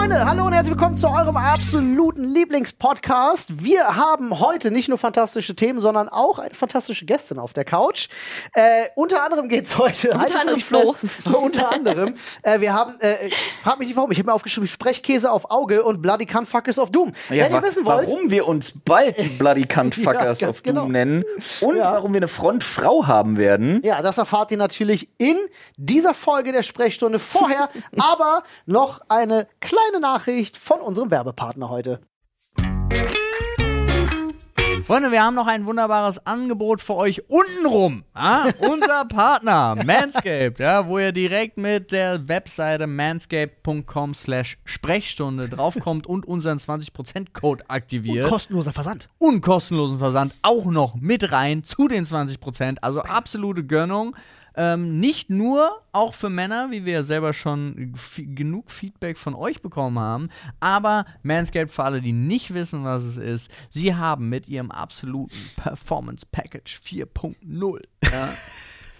herzlich willkommen zu eurem absoluten Lieblingspodcast. Wir haben heute nicht nur fantastische Themen, sondern auch eine fantastische Gästin auf der Couch. Äh, unter anderem geht es heute. haltet anderem euch Flo. fest, unter anderem. Äh, wir haben, äh, ich frag mich nicht warum, ich habe mir aufgeschrieben, Sprechkäse auf Auge und Bloody Cuntfuckers auf Doom. Wenn wa- ihr wissen wollt, warum wir uns bald die Bloody Cuntfuckers Ja, ganz auf Doom genau. nennen und Ja. warum wir eine Frontfrau haben werden. Ja, das erfahrt ihr natürlich in dieser Folge der Sprechstunde vorher, aber noch eine kleine Nachricht von unserem Werbepartner heute. Freunde, wir haben noch ein wunderbares Angebot für euch untenrum. Ah, unser Partner Manscaped, ja, wo ihr direkt mit der Webseite manscaped.com slash Sprechstunde draufkommt und unseren 20% Code aktiviert. Kostenloser Versand. und kostenlosen Versand auch noch mit rein zu den 20%. Also absolute Gönnung. Ähm, nicht nur auch für Männer, wie wir ja selber schon f- genug Feedback von euch bekommen haben, aber Manscaped für alle, die nicht wissen, was es ist, sie haben mit ihrem absoluten Performance Package 4.0 ja,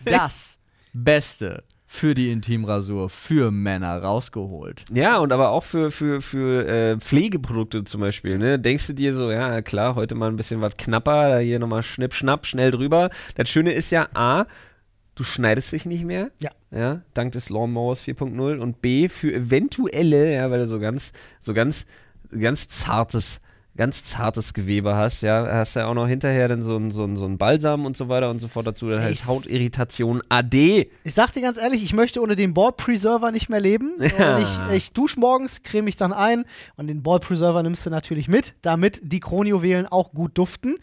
das Beste für die Intimrasur für Männer rausgeholt. Ja, und aber auch für, für, für äh, Pflegeprodukte zum Beispiel. Ne? Denkst du dir so, ja klar, heute mal ein bisschen was knapper, da hier nochmal schnipp, schnapp, schnell drüber. Das Schöne ist ja, A, du schneidest dich nicht mehr. Ja. Ja, dank des Lawnmowers 4.0 und B, für eventuelle, ja, weil du so ganz, so ganz, ganz zartes, ganz zartes Gewebe hast, ja, hast ja auch noch hinterher dann so ein, so ein, so ein Balsam und so weiter und so fort dazu. Das heißt Ey, Hautirritation AD. Ich sag dir ganz ehrlich, ich möchte ohne den Ball Preserver nicht mehr leben. Ja. Und Ich, ich dusche morgens, creme mich dann ein und den Ball Preserver nimmst du natürlich mit, damit die Kronjuwelen auch gut duften.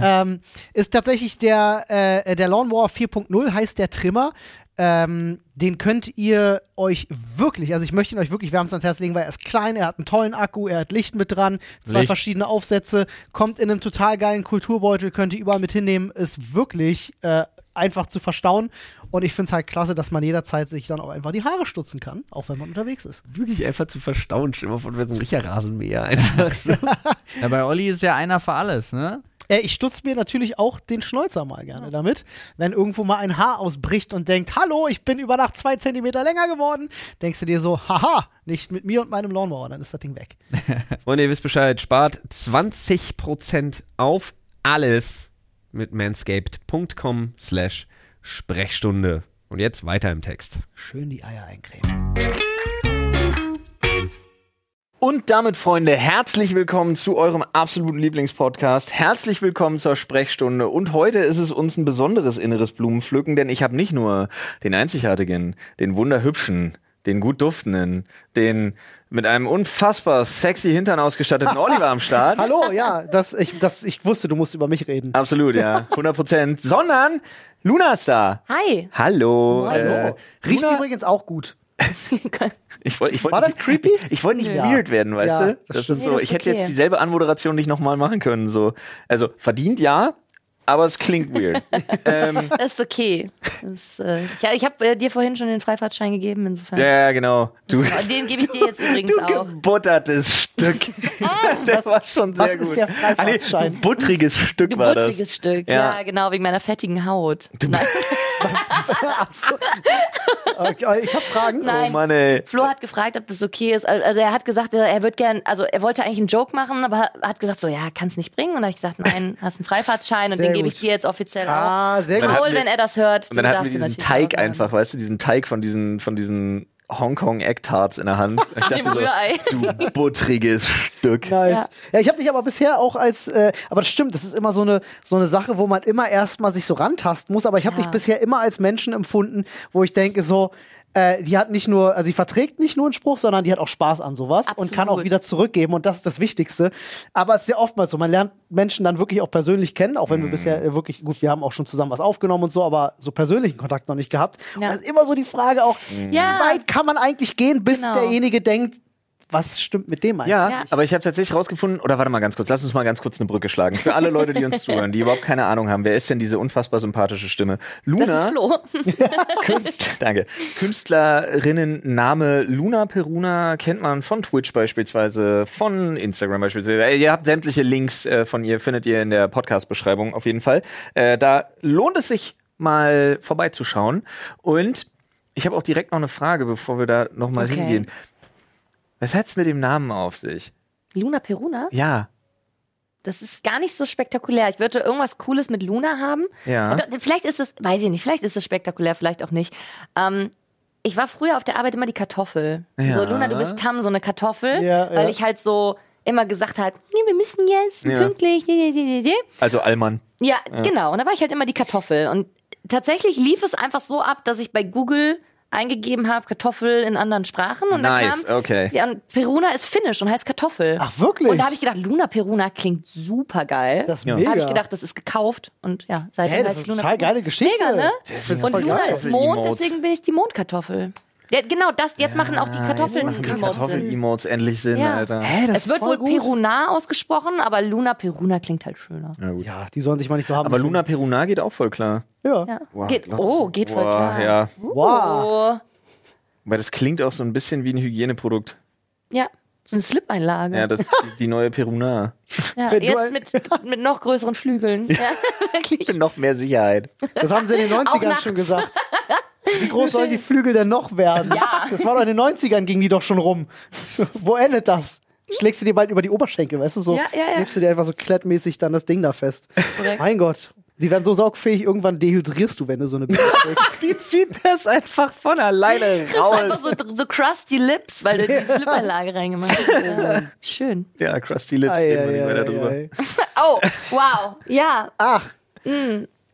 ähm, ist tatsächlich der, äh, der Lawnmower 4.0, heißt der Trimmer. Ähm, den könnt ihr euch wirklich, also ich möchte ihn euch wirklich wärmstens ans Herz legen, weil er ist klein, er hat einen tollen Akku, er hat Licht mit dran, zwei Licht. verschiedene Aufsätze, kommt in einem total geilen Kulturbeutel, könnt ihr überall mit hinnehmen, ist wirklich äh, einfach zu verstauen und ich finde es halt klasse, dass man jederzeit sich dann auch einfach die Haare stutzen kann, auch wenn man unterwegs ist. Wirklich einfach zu verstauen. Stell dir mal vor, du wärst so ein richtiger Rasenmäher einfach so. Ja, bei Olli ist ja einer für alles, ne? Äh, ich stutze mir natürlich auch den Schnäuzer mal gerne damit. Wenn irgendwo mal ein Haar ausbricht und denkt, hallo, ich bin über Nacht zwei Zentimeter länger geworden, denkst du dir so, haha, nicht mit mir und meinem Lawnmower, dann ist das Ding weg. Freunde, ihr wisst Bescheid, spart 20% auf alles mit manscaped.com slash Sprechstunde. Und jetzt weiter im Text. Schön die Eier eincremen. Und damit, Freunde, herzlich willkommen zu eurem absoluten Lieblingspodcast. Herzlich willkommen zur Sprechstunde. Und heute ist es uns ein besonderes inneres Blumenpflücken, denn ich habe nicht nur den einzigartigen, den wunderhübschen, den gut duftenden, den mit einem unfassbar sexy Hintern ausgestatteten Oliver am Start. Hallo, ja, das, ich, das, ich wusste, du musst über mich reden. Absolut, ja, 100 Prozent. Sondern Luna ist da. Hi. Hallo. Hallo. Äh, Riecht Luna- übrigens auch gut. Ich wollt, ich wollt War das nicht- creepy? Ich wollte nicht Ja. weird werden, weißt Ja, du? das Das, stimmt. ist Nee, so. das ist ich hätte okay. jetzt dieselbe Anmoderation nicht nochmal machen können. So. Also verdient ja, aber es klingt weird. ähm, Das ist okay. Das ist, äh, ich ich habe äh, dir vorhin schon den Freifahrtschein gegeben, insofern. ja, ja, genau. Du, Und den gebe ich dir jetzt übrigens du auch. gebuttertes Stück. Ah, der war schon sehr was ist gut. der ah, Freifahrtschein? nee, du buttriges Stück Du war buttriges das. Stück. Ja. Ja. genau, wegen meiner fettigen Haut. Nein. Ach so. okay, ich habe Fragen. Nein. Oh Mann, ey. Flo hat gefragt, ob das okay ist. Also er hat gesagt, er wird gern, also er wollte eigentlich einen Joke machen, aber hat gesagt so, ja, kann's nicht bringen. Und da habe ich gesagt, nein, hast einen Freifahrtschein und Sehr den gebe ich gut. dir jetzt offiziell Ah, sehr auch. gut. hatten Obwohl, wir- wenn er das hört, Und du dann hatten darfst wir ihn diesen natürlich Teig auch hören. einfach, weißt du, diesen Teig von diesen, von diesen Hongkong Ecktarts in der Hand. Ich Dem Rührei. du buttriges Stück. Nice. Ja, Ja. ich habe dich aber bisher auch als, äh, aber das stimmt, das ist immer so eine, so eine Sache, wo man immer erstmal sich so rantasten muss, aber ich habe Ja. dich bisher immer als Menschen empfunden, wo ich denke so, äh, die hat nicht nur, also die verträgt nicht nur einen Spruch, sondern die hat auch Spaß an sowas Absolut. und kann auch wieder zurückgeben und das ist das Wichtigste. Aber es ist ja oftmals so, man lernt Menschen dann wirklich auch persönlich kennen, auch wenn wir bisher äh, wirklich, gut, wir haben auch schon zusammen was aufgenommen und so, aber so persönlichen Kontakt noch nicht gehabt. Ja. Und dann ist immer so die Frage auch, Ja. wie weit kann man eigentlich gehen, bis Genau. derjenige denkt, was stimmt mit dem eigentlich? Ja, Ja. aber ich habe tatsächlich rausgefunden, oder warte mal ganz kurz, lass uns mal ganz kurz eine Brücke schlagen. Für alle Leute, die uns zuhören, die überhaupt keine Ahnung haben, wer ist denn diese unfassbar sympathische Stimme? Das ist Luna, Flo. Künst, danke. Künstlerinnen, Name Luna Peruna kennt man von Twitch beispielsweise, von Instagram beispielsweise. Äh, Ihr habt sämtliche Links äh, von ihr, findet ihr in der Podcast-Beschreibung auf jeden Fall. Äh, da lohnt es sich mal vorbeizuschauen. Und ich habe auch direkt noch eine Frage, bevor wir da nochmal Okay. hingehen. Was hat's mit dem Namen auf sich? Luna Peruna? Ja, Das ist gar nicht so spektakulär. Ich würde irgendwas Cooles mit Luna haben. ja. Und, vielleicht ist es, weiß ich nicht, vielleicht ist es spektakulär, vielleicht auch nicht. Ähm, ich war früher auf der Arbeit immer die Kartoffel. Ja. So, Luna, du bist Tam, so eine Kartoffel, Ja, weil ja. ich halt so immer gesagt habe, nee, wir müssen jetzt Ja. pünktlich. nee, nee, nee, nee, nee. Also Allmann. Ja, genau. Und da war ich halt immer die Kartoffel. Und tatsächlich lief es einfach so ab, dass ich bei Google eingegeben habe, Kartoffel in anderen Sprachen. Und Nice, da kam, okay. Ja, und Peruna ist finnisch und heißt Kartoffel. Ach, wirklich? Und da habe ich gedacht, Luna Peruna klingt super geil. Das ist Ja. mega. Habe ich gedacht, das ist gekauft und ja, seitdem Hä, das heißt ist Luna. total geile Geschichte. Mega, ne? Das ist Und voll Luna geil. ist Mond, Kartoffel-Emotes. deswegen bin ich die Mondkartoffel. Ja, genau, das jetzt machen auch die Kartoffeln Jetzt machen die Emotes Sinn. Kartoffel-Emotes endlich Sinn, Ja. Alter. Hä, das Es ist wird voll wohl gut. Peruna ausgesprochen, aber Luna Peruna klingt halt schöner. Ja, gut. Ja, die sollen sich mal nicht so haben. Aber Luna Peruna geht auch voll klar. Ja. Ja. Wow, geht, glaubst oh, du? geht voll Wow, klar. Ja, Wow. Oh. weil das klingt auch so ein bisschen wie ein Hygieneprodukt. Ja, so eine Slip-Einlage. Ja, das die- die neue Peruna. Ja, Wenn du jetzt ein- mit, mit noch größeren Flügeln. Ja, wirklich. Noch mehr Sicherheit. Das haben sie in den 90ern Oh. nachts. schon gesagt. Wie groß sollen die Flügel denn noch werden? Ja. Das war doch in den 90ern, ging die doch schon rum. So, wo endet das? Schlägst du dir bald über die Oberschenkel, weißt du? So Ja, ja, ja. klebst du dir einfach so klettmäßig dann das Ding da fest. Korrekt. Mein Gott. Die werden so saugfähig, irgendwann dehydrierst du, wenn du so eine Binde trägst. Die zieht das einfach von alleine Das ist einfach so, so crusty Lips, weil du die Slip-Einlage reingemacht hast. Ja. Schön. Ja, Krusty Lips, Ei, reden wir ei, nicht weiter ei, drüber. ei. Oh, wow. Ja, Ach.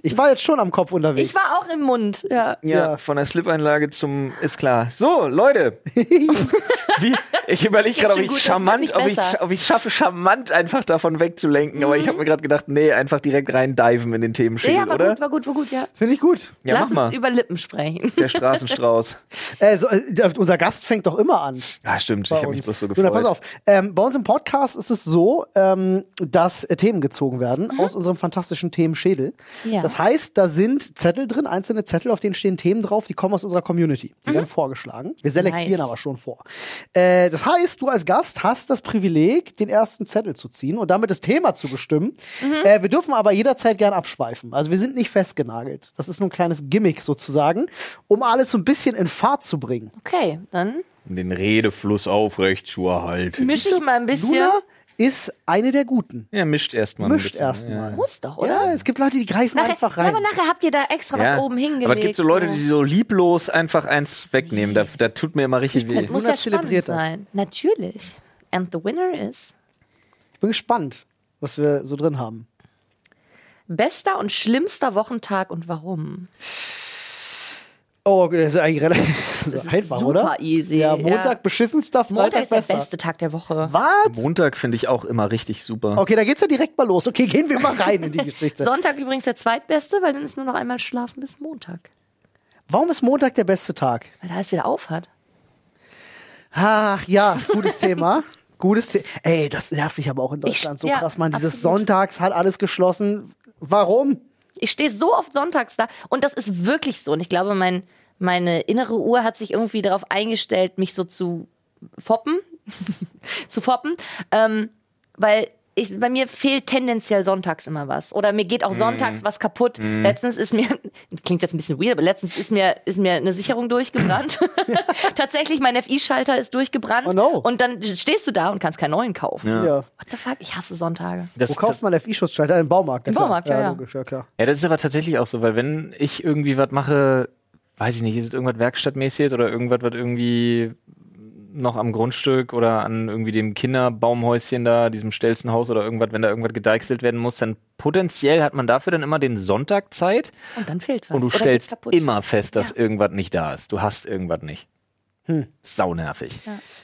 Ich war jetzt schon am Kopf unterwegs. Mhm. ich war auch im Mund. Ja. Ja, Ja. von der Slip-Einlage zum ist klar. So, Leute. Wie, ich überlege gerade, ob schon ich gut, das wird charmant, nicht ob ich besser. Mhm. ob ich schaffe, charmant einfach davon wegzulenken, aber ich habe mir gerade gedacht, nee, einfach direkt rein diven in den Themenschädel, Ja, war oder? gut, war gut, war gut, ja. Finde ich gut. Ja, Lass mach mal. uns über Lippen sprechen. Der Straßenstrauß. Äh, so, äh, der- unser Gast fängt doch immer an. Ja, stimmt. bei Ich habe mich uns. bloß so Luna, gefreut. pass auf. Ähm, bei uns im Podcast ist es so, ähm, dass äh, Themen gezogen werden aus unserem fantastischen Themenschädel. Mhm. Ja. Das heißt, da sind Zettel drin, einzelne Zettel, auf denen stehen Themen drauf, die kommen aus unserer Community. Die werden vorgeschlagen. Wir selektieren Mhm. Nice. aber schon vor. Äh, das heißt, du als Gast hast das Privileg, den ersten Zettel zu ziehen und damit das Thema zu bestimmen. Mhm. Äh, wir dürfen aber jederzeit gern abschweifen. Also wir sind nicht festgenagelt. Das ist nur ein kleines Gimmick sozusagen, um alles so ein bisschen in Fahrt zu bringen. Okay, dann Um den Redefluss aufrecht halt. zu erhalten. mische ich mal ein bisschen. Luna ist eine der Guten. Ja, mischt erstmal. ein Mischt bisschen, erstmal. Muss doch, oder? ne? Ja, es gibt Leute, die greifen Nachher, einfach rein. Aber nachher habt ihr da extra Ja. was oben hingelegt. ne? Aber es gibt so Leute, die so lieblos einfach eins wegnehmen. Da, da tut mir immer richtig weh. Das muss Luna ja zelebriert spannend das. sein. Natürlich. And the winner is Ich bin gespannt, was wir so drin haben. bester und schlimmster Wochentag und warum. Oh, das ist eigentlich relativ das ist einfach, super oder? easy, Ja, ja. Montag beschissenster, Montag Freitag ist der besser. beste Tag der Woche. Was? Montag finde ich auch immer richtig super. Okay, da geht's ja direkt mal los. Okay, gehen wir mal rein in die Geschichte. Sonntag übrigens der zweitbeste, weil dann ist nur noch einmal schlafen bis Montag. Warum ist Montag der beste Tag? Weil er es wieder auf hat. Ach ja, gutes Thema. Gutes Thema. Ey, das nervt mich aber auch in Deutschland so ja, krass, man. Dieses absolut. Sonntags hat alles geschlossen. Warum? Ich stehe so oft sonntags da und das ist wirklich so. Und ich glaube, mein, meine innere Uhr hat sich irgendwie darauf eingestellt, mich so zu foppen. zu foppen. Ähm, weil ich, bei mir fehlt tendenziell sonntags immer was. Oder mir geht auch sonntags was kaputt. Letztens ist mir, klingt jetzt ein bisschen weird, aber letztens ist mir, ist mir eine Sicherung durchgebrannt. Tatsächlich, mein FI-Schalter ist durchgebrannt. Oh no. Und dann stehst du da und kannst keinen neuen kaufen. Ja. What the fuck? Ich hasse Sonntage. Das, Wo das, kauft man FI-Schutzschalter? Im Baumarkt. Im klar. Baumarkt, ja, ja. ja. Logisch, ja, klar. ja, das ist aber tatsächlich auch so, weil wenn ich irgendwie was mache, weiß ich nicht, ist es irgendwas werkstattmäßig oder irgendwas, was irgendwie noch am Grundstück oder an irgendwie dem Kinderbaumhäuschen da, diesem Stelzenhaus oder irgendwas, wenn da irgendwas gedeichselt werden muss, dann potenziell hat man dafür dann immer den Sonntag Zeit Und dann fehlt was. und du Oder geht's stellst kaputt. immer fest, dass Ja. irgendwas nicht da ist. Du hast irgendwas nicht. Hm. Sau nervig.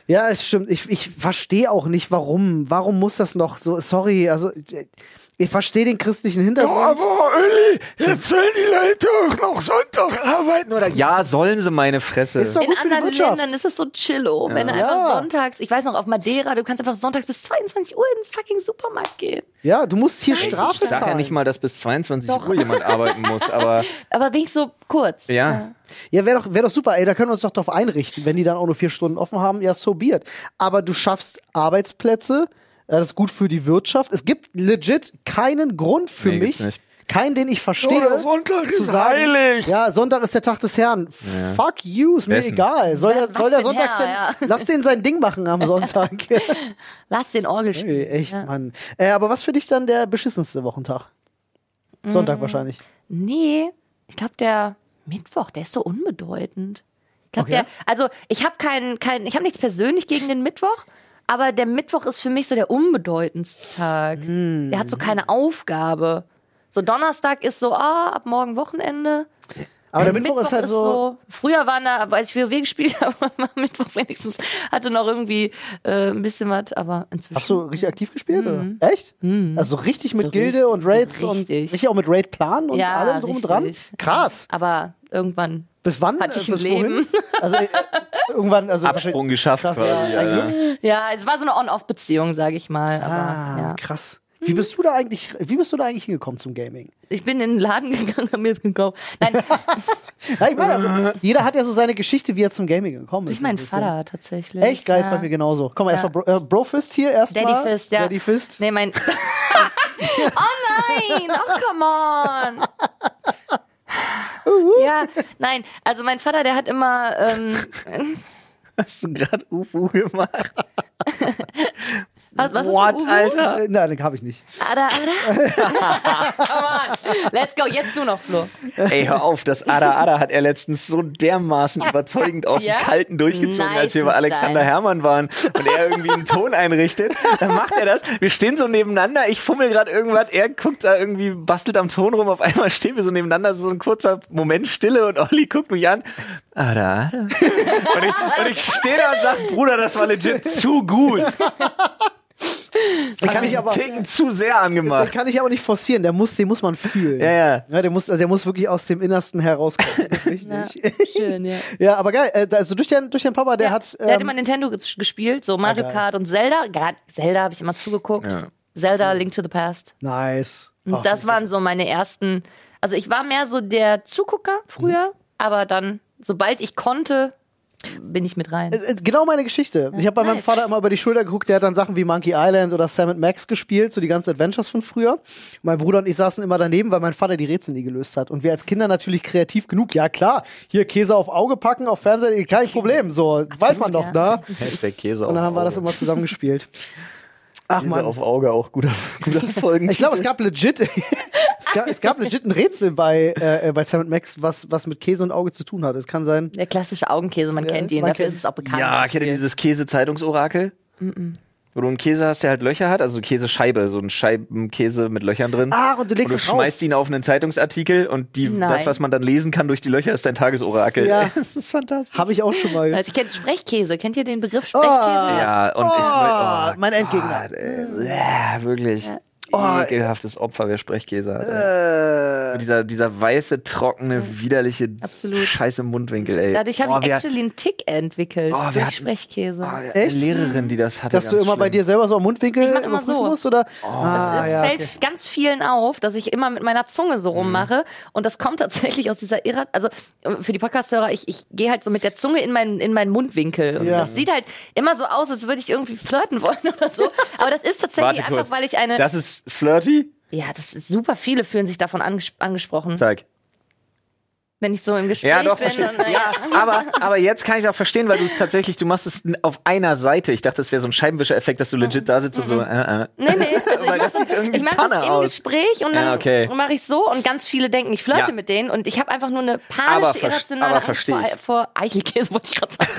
Ja, es stimmt. Ich, ich verstehe auch nicht, warum. Warum muss das noch so? Sorry, also ich verstehe den christlichen Hintergrund. Öli, jetzt sollen die Leute auch noch Sonntag arbeiten oder? Ja, sollen sie meine Fresse. Ist doch In gut für die anderen Wirtschaft. Ländern ist es so chillo, wenn du Ja. einfach sonntags, ich weiß noch, auf Madeira, du kannst einfach sonntags bis 22 Uhr ins fucking Supermarkt gehen. Ja, du musst hier Strafe Ich sag ja zahlen. nicht mal, dass bis 22 Doch. Uhr jemand arbeiten muss, aber Aber wenigstens so kurz. ja. Ja, wäre doch, wär doch super. Ey, da können wir uns doch drauf einrichten, wenn die dann auch nur vier Stunden offen haben. Ja, so be it. Aber du schaffst äh, Arbeitsplätze. Ja, das ist gut für die Wirtschaft. Es gibt legit keinen Grund für Nee, mich, gibt's nicht. Kein, den ich verstehe. Oder Sonntag zu ist sagen, heilig. Ja, Sonntag ist der Tag des Herrn. Fuck you, ist mir Wessen? egal. Soll Wer der, soll der macht den Sonntag Herr, sein, Lass den sein Ding machen am Sonntag. Lass den Orgel spielen. Ey, echt, Hm, Ja. Mann. Äh, aber was für dich dann der beschissenste Wochentag? Mm. Sonntag wahrscheinlich. Nee, ich glaube, der Mittwoch, der ist so unbedeutend. Ich glaube, Okay. der, also ich habe keinen, kein, ich habe nichts persönlich gegen den Mittwoch, aber der Mittwoch ist für mich so der unbedeutendste Tag. Hm. Der hat so keine Aufgabe. So Donnerstag ist so, ah, ab morgen Wochenende. Äh, Aber der Mittwoch, ist halt so, Früher waren da, aber als ich WoW gespielt habe, war Mittwoch wenigstens hatte noch irgendwie äh, ein bisschen was, aber inzwischen. Hast du richtig aktiv gespielt? Oder? Echt? Also so richtig mit Mm. So Gilde richtig, und Raids so und richtig. richtig auch mit Raid-Plan und Ja, allem drum und dran? richtig. Krass. Aber irgendwann. Bis wann? Hatte ich äh, bis ein Leben. Also äh, irgendwann, also Absprung geschafft Krass, quasi. ja, ein Alter. Ja, es war so eine On-Off-Beziehung, sage ich mal. Aber, Ah, ja. Mhm. krass. Wie bist du da eigentlich, wie bist du da eigentlich hingekommen zum Gaming? Ich bin in den Laden gegangen, hab mir das gekauft. Nein, Ja, ich meine, also, jeder hat ja so seine Geschichte, wie er zum Gaming gekommen ist. durch meinen so ein bisschen. Vater tatsächlich. Echt geil, ist ja. bei mir genauso. Komm mal, Ja. erstmal Bro, äh, Brofist hier erstmal. Daddy Fist, ja. Daddy Fist. Nee, mein. oh nein! Oh, come on! Ja, nein, also mein Vater, der hat immer, ähm, Hast du gerade Ufu gemacht? was, was ist What, Uhu? Alter? Äh, Nein, den habe ich nicht. Ada, Ada? come on, let's go, jetzt du noch, Flo. Ey, hör auf, das Ada Ada hat er letztens so dermaßen überzeugend aus Ja? dem Kalten durchgezogen, als wir bei Alexander Eisenstein. Hermann waren und er irgendwie einen Ton einrichtet. Dann macht er das. Wir stehen so nebeneinander, ich fummel gerade irgendwas, er guckt da irgendwie, bastelt am Ton rum, auf einmal stehen wir so nebeneinander, so ein kurzer Moment Stille und Olli guckt mich an. Ada Ada. Und ich, und ich stehe da und sag, Bruder, das war legit zu gut. Den kann ich aber, Ticken zu sehr den angemacht. kann ich aber nicht forcieren. Der muss, den muss man fühlen. Ja, ja. Ja, der muss, also der muss wirklich aus dem Innersten herauskommen. Das ist Ja, wichtig. schön, ja. Ja, aber geil. Äh, Also durch den, durch den Papa, der hat. Der hat ähm, Ah, immer Nintendo ges- gespielt, so Mario geil. Kart und Zelda. Gerade Zelda habe ich immer zugeguckt. Ja. Zelda, Link to the Past. nice. Und Ach, das waren so meine ersten. Also ich war mehr so der Zugucker Mhm. früher, aber dann, sobald ich konnte, bin ich mit rein. Äh, äh, Genau meine Geschichte. Ich habe bei meinem nice. Vater immer über die Schulter geguckt, der hat dann Sachen wie Monkey Island oder Sam Max gespielt, so die ganzen Adventures von früher. Mein Bruder und ich saßen immer daneben, weil mein Vater die Rätsel nie gelöst hat. Und wir als Kinder natürlich kreativ genug, ja klar, hier Käse auf Auge packen, auf Fernseher, eh, kein Problem, so weiß man doch, ja. ne? Hashtag Käse Und dann auf haben wir das Auge. immer zusammen gespielt. Ach Käse man. auf Auge auch guter, guter Folgen. Ich glaube, es gab legit, es, gab, es gab legit ein Rätsel bei, äh, äh, bei Sam Max, was, was mit Käse und Auge zu tun hat. Es kann sein. Der klassische Augenkäse, man kennt ihn, man dafür kennt- ist es auch bekannt. Ja, kennt ihr Spiel. dieses Käse-Zeitungsorakel? Wo du einen Käse hast, der halt Löcher hat, also Käsescheibe, so ein Scheibenkäse mit Löchern drin. Ah, und du legst und du es drauf. schmeißt ihn auf einen Zeitungsartikel und die, Nein. das, was man dann lesen kann durch die Löcher, ist dein Tagesorakel. Ja. das ist fantastisch. Habe ich auch schon mal. Also ich kenne Sprechkäse. Kennt ihr den Begriff Sprechkäse? Ja, und Oh, ich. oh mein Endgegner. Gott, ey, äh, wirklich. Oh, Ekelhaftes Opfer, wer Sprechkäse hat. ey. Äh, Dieser, dieser weiße, trockene, widerliche Absolut. Scheiße im Mundwinkel, ey. Dadurch habe Oh, ich wer- actually einen Tick entwickelt Oh, wir durch hatten- Sprechkäse. oh, wer- Echt? Lehrerin, die das hatte. dass du ganz immer bei schlimm. dir selber so am Mundwinkel Ich mach immer überprüfen so. musst oder Das ah, ist, ja, fällt okay. ganz vielen auf, dass ich immer mit meiner Zunge Mhm. so rummache. Und das kommt tatsächlich aus dieser Irre. Also äh, für die Podcast-Hörer, ich, ich gehe halt so mit der Zunge in meinen, in meinen Mundwinkel. Und Ja. das sieht halt immer so aus, als würde ich irgendwie flirten wollen oder so. Aber das ist tatsächlich Warte einfach, kurz. weil ich eine. Das ist flirty? ja, das ist super viele fühlen sich davon anges angesprochen, Zeig. wenn ich so im Gespräch Ja, doch, bin. verstehe. Und, äh, Ja, aber, aber jetzt kann ich auch verstehen, weil du es tatsächlich, du machst es auf einer Seite. Ich dachte, das wäre so ein Scheibenwischer-Effekt, dass du legit da sitzt und so. Äh, äh. Nee, nee. Also Mhm. ich Weil das mache sieht irgendwie ich mach Panne das im aus. Gespräch und dann Ja, okay. mache ich so und ganz viele denken, ich flirte Ja. mit denen und ich habe einfach nur eine Aber panische, verste- irrationale aber Angst versteh vor, ich. vor Eichelkäse, wollte ich gerade sagen.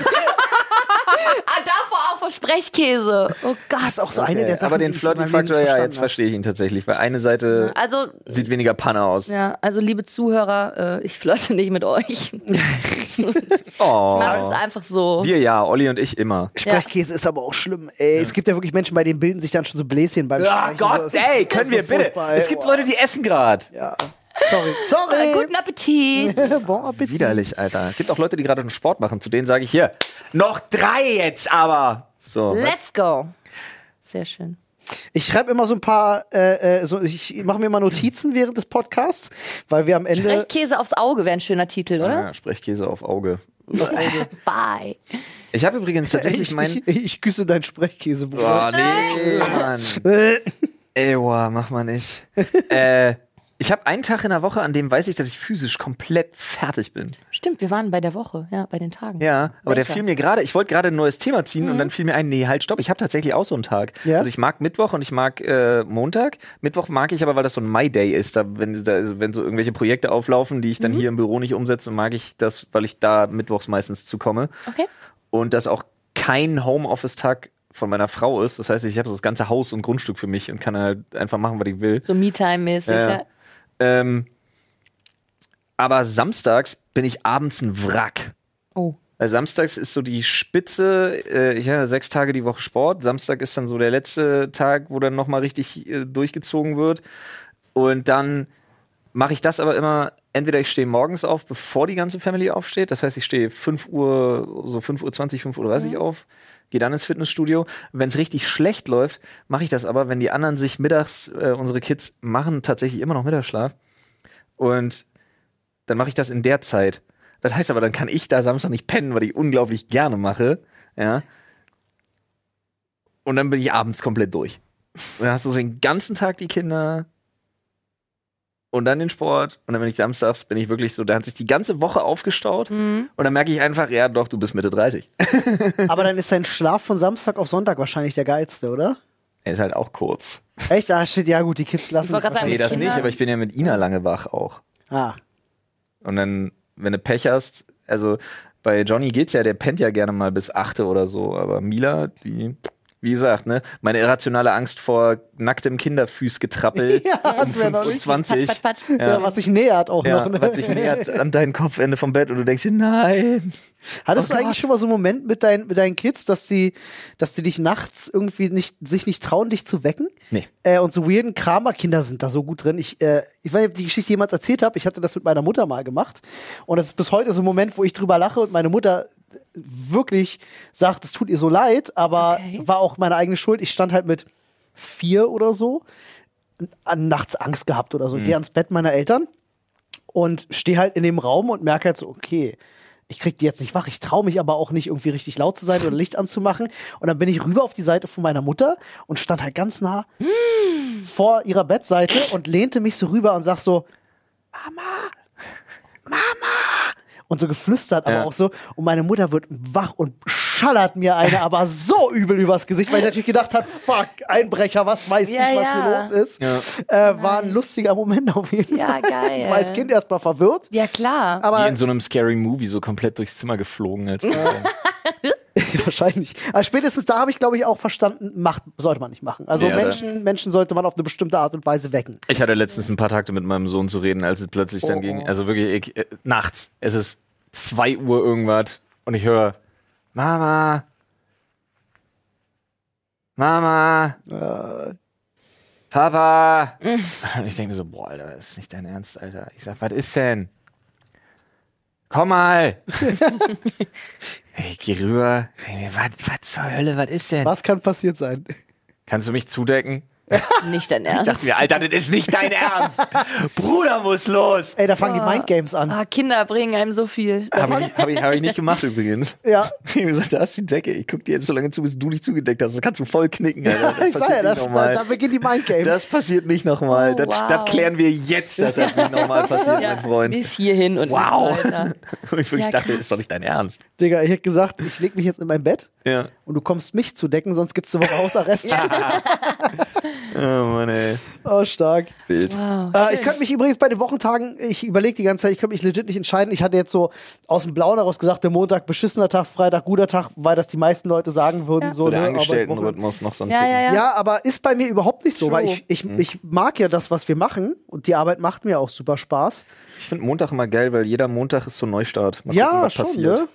ah, davor auch vor Sprechkäse. Oh Das ist Gott. auch so eine der Sachen, aber den die ich in meinem Flirty-Faktor, Leben nicht ja, jetzt verstanden verstehe ich ihn tatsächlich, weil eine Seite Also, sieht weniger Panne aus. ja, also liebe Zuhörer, äh, ich flirte nicht mit euch. Ich mache es Oh. einfach so. Wir ja, Olli und ich immer. habe. Sprechkäse ist aber auch schlimm. Ey, Es gibt ja wirklich Menschen, bei denen bilden sich dann schon so Bläschen beim Ah Sprechen. so, Gott, es- ey, können so wir bitte. furchtbar, ey. Es gibt Boah. Leute, die essen gerade. Ja. Sorry. Äh, Sorry. guten Appetit. bon Appetit. Widerlich, Alter. Es gibt auch Leute, die gerade einen Sport machen. Zu denen sage ich hier, noch drei jetzt aber. So. Let's go. Sehr schön. Ich schreibe immer so ein paar, äh, äh, so, ich mache mir immer Notizen während des Podcasts, weil wir am Ende. Sprechkäse aufs Auge wäre ein schöner Titel, oder? Ah, Sprechkäse auf Auge. Bye. Ich habe übrigens tatsächlich Ich, mein. ich, ich küsse deinen Sprechkäse, Bruder. Boah, nee, Mann. Äh, Ey, wow, mach mal nicht. äh, Ich habe einen Tag in der Woche, an dem weiß ich, dass ich physisch komplett fertig bin. Stimmt, wir waren bei der Woche, ja, bei den Tagen. Ja, aber der Welcher? fiel mir gerade, ich wollte gerade ein neues Thema ziehen und dann fiel mir ein, nee, halt, stopp, ich habe tatsächlich auch so einen Tag. Ja? Also ich mag Mittwoch und ich mag äh, Montag. Mittwoch mag ich aber, weil das so ein My Day ist, da, wenn, da, also wenn so irgendwelche Projekte auflaufen, die ich dann hier im Büro nicht umsetze, mag ich das, weil ich da mittwochs meistens zukomme. Okay. Und dass auch kein Homeoffice-Tag von meiner Frau ist. Das heißt, ich habe so das ganze Haus und Grundstück für mich und kann halt einfach machen, was ich will. So Me-Time-mäßig. Ja, Ja, ja. Ähm, aber samstags bin ich abends ein Wrack. Oh. Weil samstags ist so die Spitze, äh, ich habe sechs Tage die Woche Sport. Samstag ist dann so der letzte Tag, wo dann nochmal richtig äh, durchgezogen wird. Und dann mache ich das aber immer, entweder ich stehe morgens auf, bevor die ganze Family aufsteht. Das heißt, ich stehe 5 Uhr, so 5 Uhr 20, 5 Uhr 30 auf, gehe dann ins Fitnessstudio. Wenn es richtig schlecht läuft, mache ich das aber, wenn die anderen sich mittags, äh, unsere Kids machen tatsächlich immer noch Mittagsschlaf. Und dann mache ich das in der Zeit. Das heißt aber, dann kann ich da Samstag nicht pennen, weil ich unglaublich gerne mache. Ja. Und dann bin ich abends komplett durch. Und dann hast du so den ganzen Tag die Kinder und dann den Sport. Und dann bin ich samstags, bin ich wirklich so, da hat sich die ganze Woche aufgestaut. Mhm. Und dann merke ich einfach, ja doch, du bist Mitte 30. Aber dann ist dein Schlaf von Samstag auf Sonntag wahrscheinlich der geilste, oder? Er ist halt auch kurz. Echt? Ah, shit, ja gut, die Kids lassen Ich wollte dich gerade Nee, das Kinder- nicht, aber ich bin ja mit Ina lange wach auch. wahrscheinlich- Ah, Und dann, wenn du Pech hast, also bei Johnny geht's ja, der pennt ja gerne mal bis 8 oder so, aber Mila, die, wie gesagt, ne, meine irrationale Angst vor nacktem Kinderfüß getrappelt Ja, um hatten wir noch 5.20 Uhr. Patsch, patsch, patsch. ja. was sich nähert auch Ja, noch. Ne? was sich nähert an dein Kopfende vom Bett und du denkst dir, nein. Hattest Oh du Gott. eigentlich schon mal so einen Moment mit, dein, mit deinen Kids, dass sie, dass sie dich nachts irgendwie nicht, sich nicht trauen, dich zu wecken? Nee. Äh, und so weirden Kramer-Kinder sind da so gut drin. Ich, äh, ich weiß nicht, ob ich die Geschichte jemals erzählt habe. Ich hatte das mit meiner Mutter mal gemacht. Und das ist bis heute so ein Moment, wo ich drüber lache und meine Mutter wirklich sagt, es tut ihr so leid, aber Okay. war auch meine eigene Schuld. Ich stand halt mit vier oder so, an- nachts Angst gehabt oder so, Mhm. gehe ans Bett meiner Eltern und stehe halt in dem Raum und merke halt so, okay, ich krieg die jetzt nicht wach, ich traue mich aber auch nicht irgendwie richtig laut zu sein oder Licht anzumachen. Und dann bin ich rüber auf die Seite von meiner Mutter und stand halt ganz nah vor ihrer Bettseite und lehnte mich so rüber und sag so, Mama, Mama. Und so geflüstert, aber Ja. auch so. Und meine Mutter wird wach und schallert mir eine, aber so übel übers Gesicht, weil ich natürlich gedacht habe, fuck, Einbrecher, was weiß Ja, ich, was ja. hier los ist. Äh, war ein lustiger Moment auf jeden Ja, Fall. geil. Ich war als Kind erstmal verwirrt. Ja, klar. Aber Wie in so einem Scary Movie, so komplett durchs Zimmer geflogen. Als wahrscheinlich. Aber spätestens da habe ich, glaube ich, auch verstanden, macht, sollte man nicht machen. Also Ja, da- Menschen, Menschen sollte man auf eine bestimmte Art und Weise wecken. ich hatte letztens ein paar Takte mit meinem Sohn zu reden, als es plötzlich dann Oh. ging. Also wirklich, ich, äh, nachts. Es ist 2 Uhr irgendwas und ich höre, Mama. Mama. Äh, Papa. Und ich denke mir so, boah, Alter, das ist nicht dein Ernst, Alter. Ich sag, was ist denn? Komm mal. ich gehe rüber. Denk mir, Was was zur Hölle, was ist denn? Was kann passiert sein? Kannst du mich zudecken? Ah. nicht dein Ernst. dachte mir, Alter, das ist nicht dein Ernst. Bruder muss los. Ey, da fangen die Ah. Mindgames an. Ah, Kinder bringen einem so viel. Habe ich, hab ich, hab ich nicht gemacht übrigens. Ja. Ich hab gesagt, da ist die Decke. Ich guck dir jetzt so lange zu, bis du dich zugedeckt hast. Das kannst du voll knicken, Alter. Das Ich sag ja, passiert das, nicht da, da nochmal. beginnen die Mindgames. Das passiert nicht nochmal. Oh, das, wow. das klären wir jetzt, dass das nicht nochmal passiert, mein Freund. bis hierhin und Wow. nicht weiter. Und ich wirklich Ja, dachte, krass. das ist doch nicht dein Ernst. Digga, ich hätte gesagt, ich leg mich jetzt in mein Bett Ja. und du kommst mich zu decken, sonst gibt's eine Woche Hausarrest. Oh Mann, ey. Oh, stark. Wild. Wow. Äh, ich könnte mich übrigens bei den Wochentagen, ich überlege die ganze Zeit, ich könnte mich legit nicht entscheiden. Ich hatte jetzt so aus dem Blauen heraus gesagt, der Montag beschissener Tag, Freitag guter Tag, weil das die meisten Leute sagen würden. So, So der ne, aber Wochen- Angestelltenrhythmus noch so ein Ja, Ticken. ja, ja. Ja, aber ist bei mir überhaupt nicht so, True. weil ich, ich, Hm. ich mag ja das, was wir machen und die Arbeit macht mir auch super Spaß. Ich finde Montag immer geil, weil jeder Montag ist so ein Neustart. Mal gucken, ja, was schon, ne?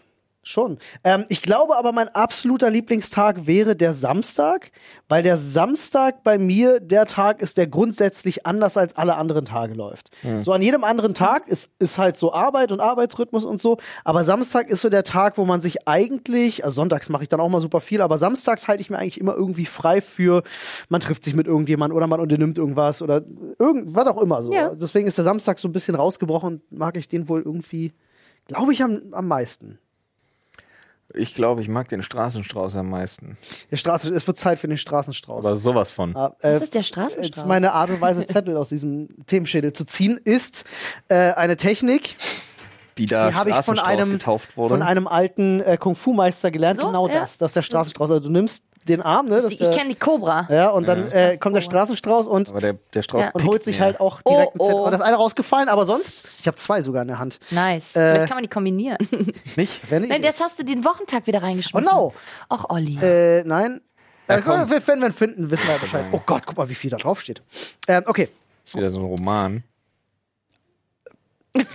Schon. Ähm, ich glaube aber, mein absoluter Lieblingstag wäre der Samstag, weil der Samstag bei mir der Tag ist, der grundsätzlich anders als alle anderen Tage läuft. So an jedem anderen Tag ist, ist halt so Arbeit und Arbeitsrhythmus und so, aber Samstag ist so der Tag, wo man sich eigentlich, also sonntags mache ich dann auch mal super viel, aber samstags halte ich mir eigentlich immer irgendwie frei für, man trifft sich mit irgendjemand oder man unternimmt irgendwas oder irgend, was auch immer so. Ja. Deswegen ist der Samstag so ein bisschen rausgebrochen und mag ich den wohl irgendwie glaube ich, am, am meisten. Ich glaube, ich mag den Straßenstrauß am meisten. Der Straßen, es wird Zeit für den Straßenstrauß. Aber sowas von. Ah, äh, Was ist der Jetzt Straßenstrauß? meine Art und Weise, Zettel aus diesem Themenschädel zu ziehen, ist äh, eine Technik, Die da die habe ich von Straßenstrauß einem, getauft wurde. von einem alten äh, Kung-Fu-Meister gelernt. So, genau ja. das. Das ist der Straßenstrauß. Also du nimmst den Arm, ne? Das, Also, ich äh, kenne die Cobra. ja, und dann äh, kommt der Straßenstrauß und, aber der, der Strauß Ja. und pickt holt sich mehr. halt auch Oh, direkt einen Zettel. oh. Und da ist einer rausgefallen, aber sonst, ich habe zwei sogar in der Hand. Nice. Äh, Vielleicht kann man die kombinieren. nicht. Wenn Nein, jetzt hast du den Wochentag wieder reingeschmissen. Oh no. Ach, Olli. Äh, nein. Ja, Äh, komm. wenn wenn wir ihn finden, wissen wir Bescheid. Oh Gott, guck mal, wie viel da drauf steht. Ähm, okay. Das ist wieder so ein Roman. Ist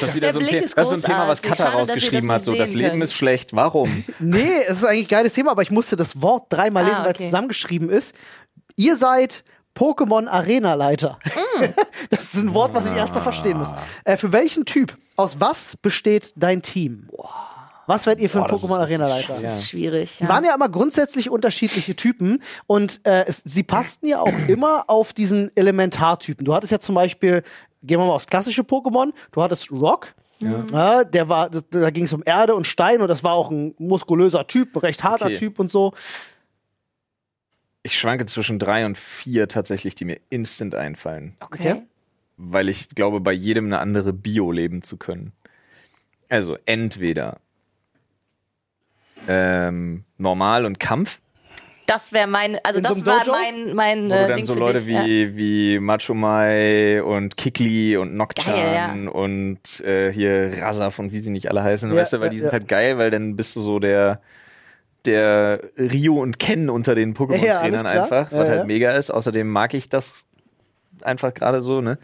das wieder Der so ein, Blick The ist das ist so ein Thema, was großartig. Katha Schade, dass ihr rausgeschrieben das hat. So, nicht das sehen Leben könnt. ist schlecht. Warum? Nee, es ist eigentlich ein geiles Thema, aber ich musste das Wort dreimal Ah, lesen, weil es okay. zusammengeschrieben ist. Ihr seid Pokémon Arena Leiter. Mm. Das ist ein Wort, was ich erstmal verstehen muss. Äh, für welchen Typ? Aus was besteht dein Team? Was werdet ihr für ein Boah, das ist Pokémon Arena Leiter? das ist schwierig. Die waren ja immer grundsätzlich unterschiedliche Typen und äh, es, sie passten ja auch immer auf diesen Elementartypen. Du hattest ja zum Beispiel, gehen wir mal aufs klassische Pokémon, du hattest Rock. Ja, der war, das, da ging es um Erde und Stein und das war auch ein muskulöser Typ, ein recht harter Okay. Typ und so. Ich schwanke zwischen drei und vier tatsächlich, die mir instant einfallen. Okay. Okay. Weil ich glaube, bei jedem eine andere Bio leben zu können. Also entweder ähm, normal und Kampf, Das wäre mein, also In so das einem war Dojo? mein, mein wo äh, du dann Ding so für Leute dich. ja. wie, wie Macho Mai und Kikli und Nokchan Geil, ja. und äh, hier Rasaf und wie sie nicht alle heißen, Ja, weißt du, weil ja, die sind ja. halt geil, weil dann bist du so der der Rio und Ken unter den Ja, alles Pokémon-Trainern klar. einfach, Ja, was ja. halt mega ist. Außerdem mag ich das einfach gerade so, ne?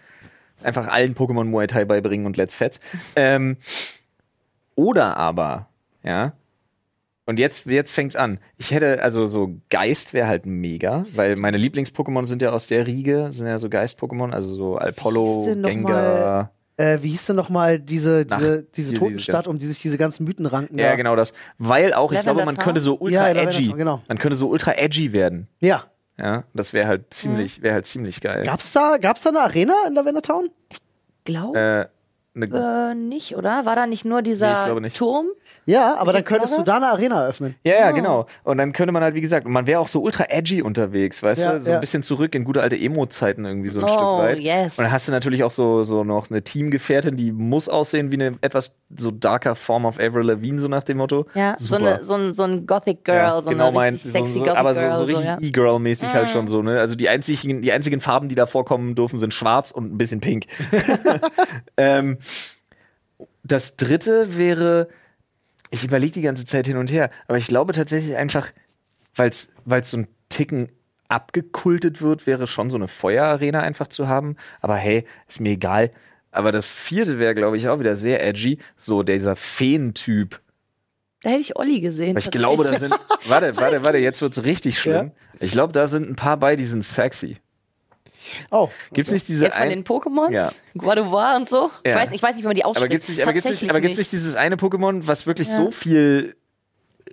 Einfach allen Pokémon Muay Thai beibringen und let's fetz. Ähm, oder aber, ja, und jetzt, jetzt fängt's an. Ich hätte, also so Geist wäre halt mega, weil meine Lieblings-Pokémon sind ja aus der Riege, sind ja so Geist-Pokémon, also so hieß Alpollo, denn noch Gengar. Äh, wie hieß denn nochmal diese, Nacht- diese, diese diese- Totenstadt, diese- um die sich diese ganzen Mythen ranken? Ja, da? genau das. Weil auch, ich Lavender glaube, man Town? könnte so Ja, ultra Lavender edgy, Town, genau. man könnte so ultra edgy werden. Ja. Ja, das wäre Mhm. halt ziemlich, wäre halt ziemlich geil. Gab's da, gab's da eine Arena in Lavender Town? Glaube Äh, ne, äh, nicht, oder? War da nicht nur dieser Nee, ich glaube nicht. Turm? Ja, aber Mit dann dem könntest du Plaza? da eine Arena eröffnen. ja, Ah. ja, genau. Und dann könnte man halt, wie gesagt, und man wäre auch so ultra edgy unterwegs, weißt Ja, du? So ja. ein bisschen zurück in gute alte Emo-Zeiten irgendwie so ein Oh, Stück weit. yes. Und dann hast du natürlich auch so, so noch eine Teamgefährtin, die muss aussehen wie eine etwas so darker Form of Avril Lavigne, so nach dem Motto. Ja, so, eine, so, ein, so ein Gothic Girl, Ja, so genau eine mein, richtig sexy so, so, Gothic aber Girl. so, so richtig ja. Mm. E-Girl-mäßig halt schon so, ne? Also die einzigen, die einzigen Farben, die da vorkommen dürfen, sind schwarz und ein bisschen pink. ähm, das dritte wäre, ich überlege die ganze Zeit hin und her, aber ich glaube tatsächlich einfach, weil es so ein Ticken abgekultet wird, wäre schon so eine Feuerarena einfach zu haben. Aber hey, ist mir egal. Aber das vierte wäre, glaube ich, auch wieder sehr edgy. So dieser Feentyp. Da hätte ich Olli gesehen. Weil ich glaube, da sind. Warte, warte, warte, jetzt wird's richtig schlimm. Ich glaube, da sind ein paar bei, die sind sexy. Oh. Gibt's nicht diese Jetzt von den ein, Pokémon, Ja. Guadevoir und so. Ja. Ich, weiß, nicht- ich weiß nicht, wie man die ausspricht. aber gibt's nicht, aber gibt's nicht, Tatsächlich aber gibt's nicht dieses eine Pokémon, was wirklich so viel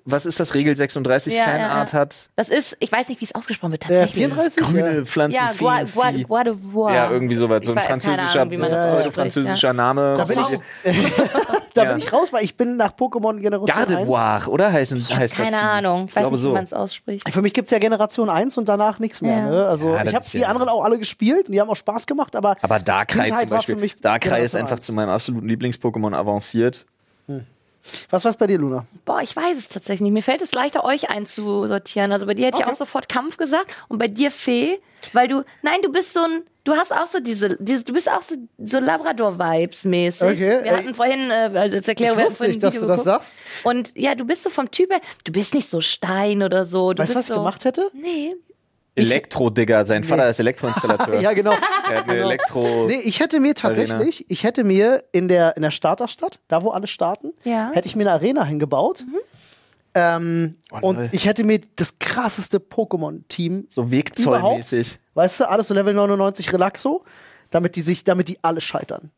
was ist das Regel 36 Ja, ja, Fanart ja. hat? Das ist, ich weiß nicht, wie es ausgesprochen wird. Äh, Tatsächlich. 34? Grüne Pflanzen ja, Gua- Gua- Feen, Vieh. Guadevoir. ja, irgendwie sowas, Ich so ein weiß- keine französischer, Ahnung, wie man das so ein ausspricht, französischer Name. Da bin ich, da bin ich raus, weil ich bin nach Pokémon Generation 1. Gardevoir, oder heißt, Ich habe heißt das keine Vieh? Ahnung. Ich Ich weiß glaube nicht, wie so. man es ausspricht. Für mich gibt es ja Generation 1 und danach nichts mehr. Ja. Ne? Also Ja, das ich habe ist die ja- anderen auch alle gespielt und die haben auch Spaß gemacht, aber, Aber Darkrai Kindheit zum war für Beispiel. mich Darkrai ist Generation einfach eins. zu meinem absoluten Lieblings-Pokémon avanciert. was war's bei dir, Luna? Boah, ich weiß es tatsächlich nicht. Mir fällt es leichter, euch einzusortieren. Also bei dir hätte ich auch sofort Kampf gesagt und bei dir Fee, weil du, nein, du bist so ein, du hast auch so diese, diese du bist auch so, so Labrador-Vibes mäßig. Okay, Wir äh, hatten vorhin, äh, als Erklärung, wir Ich hatten wusste vorhin nicht, dass Video du das geguckt. sagst. Und ja, du bist so vom Typ her, du bist nicht so Stein oder so. Du Weißt du, bist was ich so, gemacht hätte? Nee. Elektro-Digger, sein Vater ist Elektroinstallateur. Ja, genau. Er hat eine Genau. Elektro. Nee, ich hätte mir tatsächlich, ich hätte mir in der, in der Starterstadt, da wo alle starten, Ja. Mhm. hätte ich mir eine Arena hingebaut. Ähm, Oh, und lol. ich hätte mir das krasseste Pokémon-Team So Wegzollmäßig. Weißt du, alles so Level 99 Relaxo, damit die sich, damit die alle scheitern.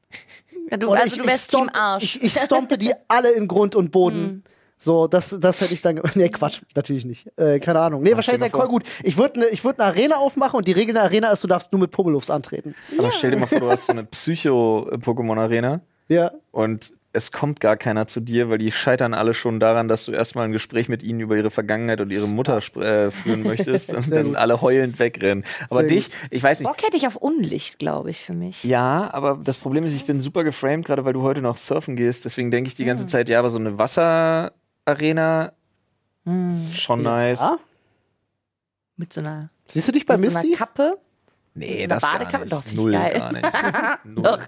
Ja, du, Und also du wärst Team stomp- Arsch. Hm. Ich, ich stompe die alle in Grund und Boden. So, das, das hätte ich dann. ge- Nee, Quatsch, natürlich nicht. Äh, keine Ahnung. Nee, wahrscheinlich stell der dir mal Call gut. Ich würde eine würd ne Arena aufmachen und die Regel der Arena ist, du darfst nur mit Pummelufs antreten. Aber stell dir mal vor, du hast so eine Psycho-Pokémon-Arena Ja. und es kommt gar keiner zu dir, weil die scheitern alle schon daran, dass du erstmal ein Gespräch mit ihnen über ihre Vergangenheit und ihre Mutter spr- äh, führen möchtest und Sehr dann gut. alle heulend wegrennen. Aber Sehr dich, ich weiß nicht, Bock hätte ich auf Unlicht, glaube ich, für mich. ja, aber das Problem ist, ich bin super geframed, gerade weil du heute noch surfen gehst. Deswegen denke ich die Ah. ganze Zeit, ja, aber so eine Wasserarena, schon nice. Ja? Hm. Mit so einer, Siehst du dich bei mit so einer Misty? Kappe. Nee, eine das gar Badekappe? nicht. Doch, find ich Null, geil. gar nicht. Null. Doch.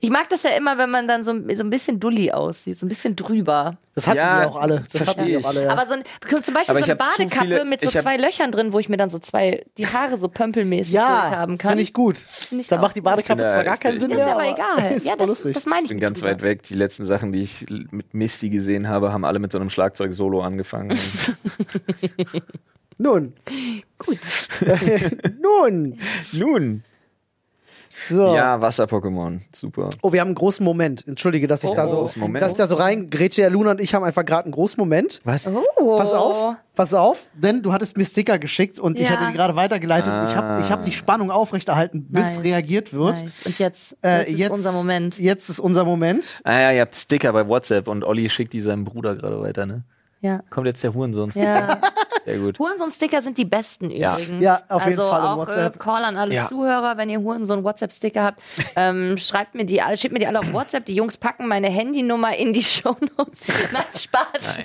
Ich mag das ja immer, wenn man dann so, so ein bisschen dulli aussieht, so ein bisschen drüber. Das hatten Ja, die auch alle. Das hatten die verstehe auch alle. Ja. Aber so ein, zum Beispiel Aber so ich eine hab zu Badekappe viele- mit so ich hab- zwei Löchern drin, wo ich mir dann so zwei, die Haare so pömpelmäßig ja, durchhaben kann. finde ich gut. Find ich Dann auch macht die gut. Badekappe Ich bin da- zwar gar ich keinen bin- Sinn ist mehr. ja aber egal. Ist ja, voll das, lustig. das meine ich. Ich bin mit ganz drüber. weit weg. Die letzten Sachen, die ich l- mit Misty gesehen habe, haben alle mit so einem Schlagzeug-Solo angefangen. Nun, Gut. nun. Nun. So. Ja, Wasser-Pokémon. Super. Oh, wir haben einen großen Moment. Entschuldige, dass ich Oh, da so, großen Moment. dass ich da so rein grätsche. Ja, Luna und ich haben einfach gerade einen großen Moment. Was? Oh. Pass auf, pass auf, denn du hattest mir Sticker geschickt und ich Ja. hatte die gerade weitergeleitet. und Ich habe Ah. ich hab die Spannung aufrechterhalten, bis Nice. reagiert wird. Nice. Und jetzt, jetzt, Äh, ist jetzt- unser Moment. Jetzt ist unser Moment. Ah ja, ihr habt Sticker bei WhatsApp und Olli schickt die seinem Bruder gerade weiter, ne? Ja. Kommt jetzt der Hurensohn. Ja. Sehr gut. Hurensohn-Sticker sind die besten Ja. übrigens. Ja, auf jeden also Fall im Auch WhatsApp. Äh, Call an alle Ja. Zuhörer, wenn ihr Hurensohn-WhatsApp-Sticker habt, ähm, schreibt mir die alle, schickt mir die alle auf WhatsApp. Die Jungs packen meine Handynummer in die Shownotes. Nein, Spaß.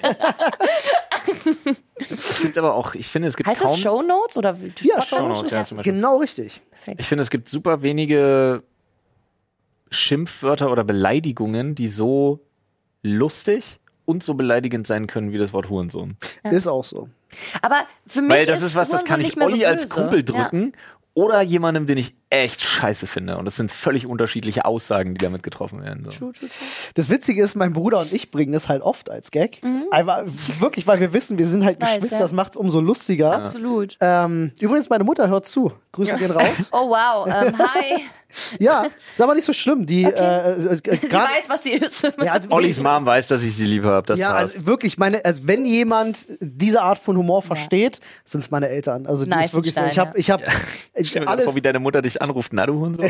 Es gibt aber auch, ich finde, es gibt Heißt kaum. das Shownotes oder Ja, Podcast- schau. Shownotes, ja, zum Beispiel. Genau richtig. Ich finde, es gibt super wenige Schimpfwörter oder Beleidigungen, die so lustig und so beleidigend sein können wie das Wort Hurensohn. Ist auch so. Aber für mich Weil das ist was, das Hurensohn kann nicht ich mehr Olli so als böse. Kumpel Ja. drücken oder jemandem, den ich echt scheiße finde. Und das sind völlig unterschiedliche Aussagen, die damit getroffen werden. So. True, true, true. Das Witzige ist, mein Bruder und ich bringen das halt oft als Gag. Einfach, wirklich, weil wir wissen, wir sind halt Weiß, Geschwister, Mhm. ja. das macht's umso lustiger. Absolut. Ähm, übrigens, meine Mutter hört zu. Grüße gehen raus. Oh wow, ähm, hi. Ja, ist aber nicht so schlimm. Die, äh, äh, äh, Sie grad- weiß, was sie ist. ja, also, Ollis Mom weiß, dass ich sie lieb habe. Das ja, passt. also wirklich, meine, also wenn jemand diese Art von Humor versteht, sind es meine Eltern. Also die Nice, ist wirklich so. Stein, Ich habe, ich habe, ich stelle ich, mir grad alles. vor, wie deine Mutter dich anruft. Na, du Hurensohn?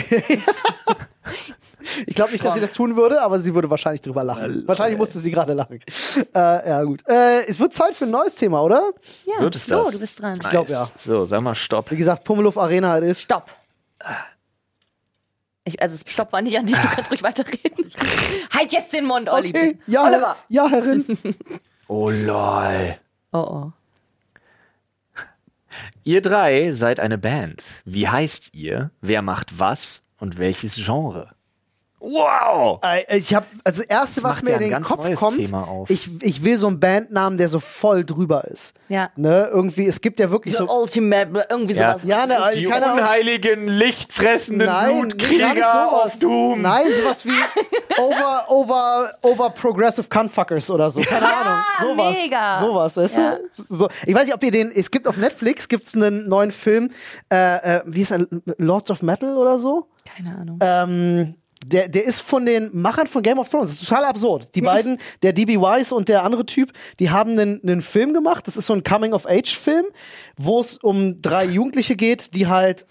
Ich glaube nicht, dass sie das tun würde, aber sie würde wahrscheinlich drüber lachen. Äh, wahrscheinlich musste sie gerade lachen. Äh, ja gut. Äh, es wird Zeit für ein neues Thema, oder? Ja, Wird es so, das? du bist dran. Nice. glaub, ja. So, sag mal, stopp. Wie gesagt, Pummeluff Arena es ist. Stopp. Ich, also, es Stopp war nicht an dich, du kannst ruhig weiterreden. halt jetzt den Mund, Olli. Hey, bitte. ja, Oliver. Herr, ja, Herrin. Oh lol. Oh, oh. Ihr drei seid eine Band. Wie heißt ihr? Wer macht was? Und welches Genre? Wow! Äh, Ich habe also das erste, was macht mir ja in ein den ganz Kopf neues kommt, Thema auf. ich ich will so einen Bandnamen, der so voll drüber ist. Ja. Ne, irgendwie. Es gibt ja wirklich The so. Ultimate, irgendwie sowas. Ja, ne, Die also, keine Ahnung. unheiligen, lichtfressenden Nein, gar nicht Blutkrieger sowas. auf Doom. Nein, sowas wie over, over, over progressive Cuntfuckers oder so. Keine Ahnung. Sowas. mega. Sowas, weißt Ja. du? So. Ich weiß nicht, ob ihr den. Es gibt auf Netflix gibt's einen neuen Film, äh, äh, wie ist er? Lords of Metal oder so? Keine Ahnung. Ähm, der, der ist von den Machern von Game of Thrones. Das ist total absurd. Hm. Die beiden, der DB Wise und der andere Typ, die haben einen, einen Film gemacht. Das ist so ein Coming-of-Age-Film, wo es um drei Jugendliche geht, die halt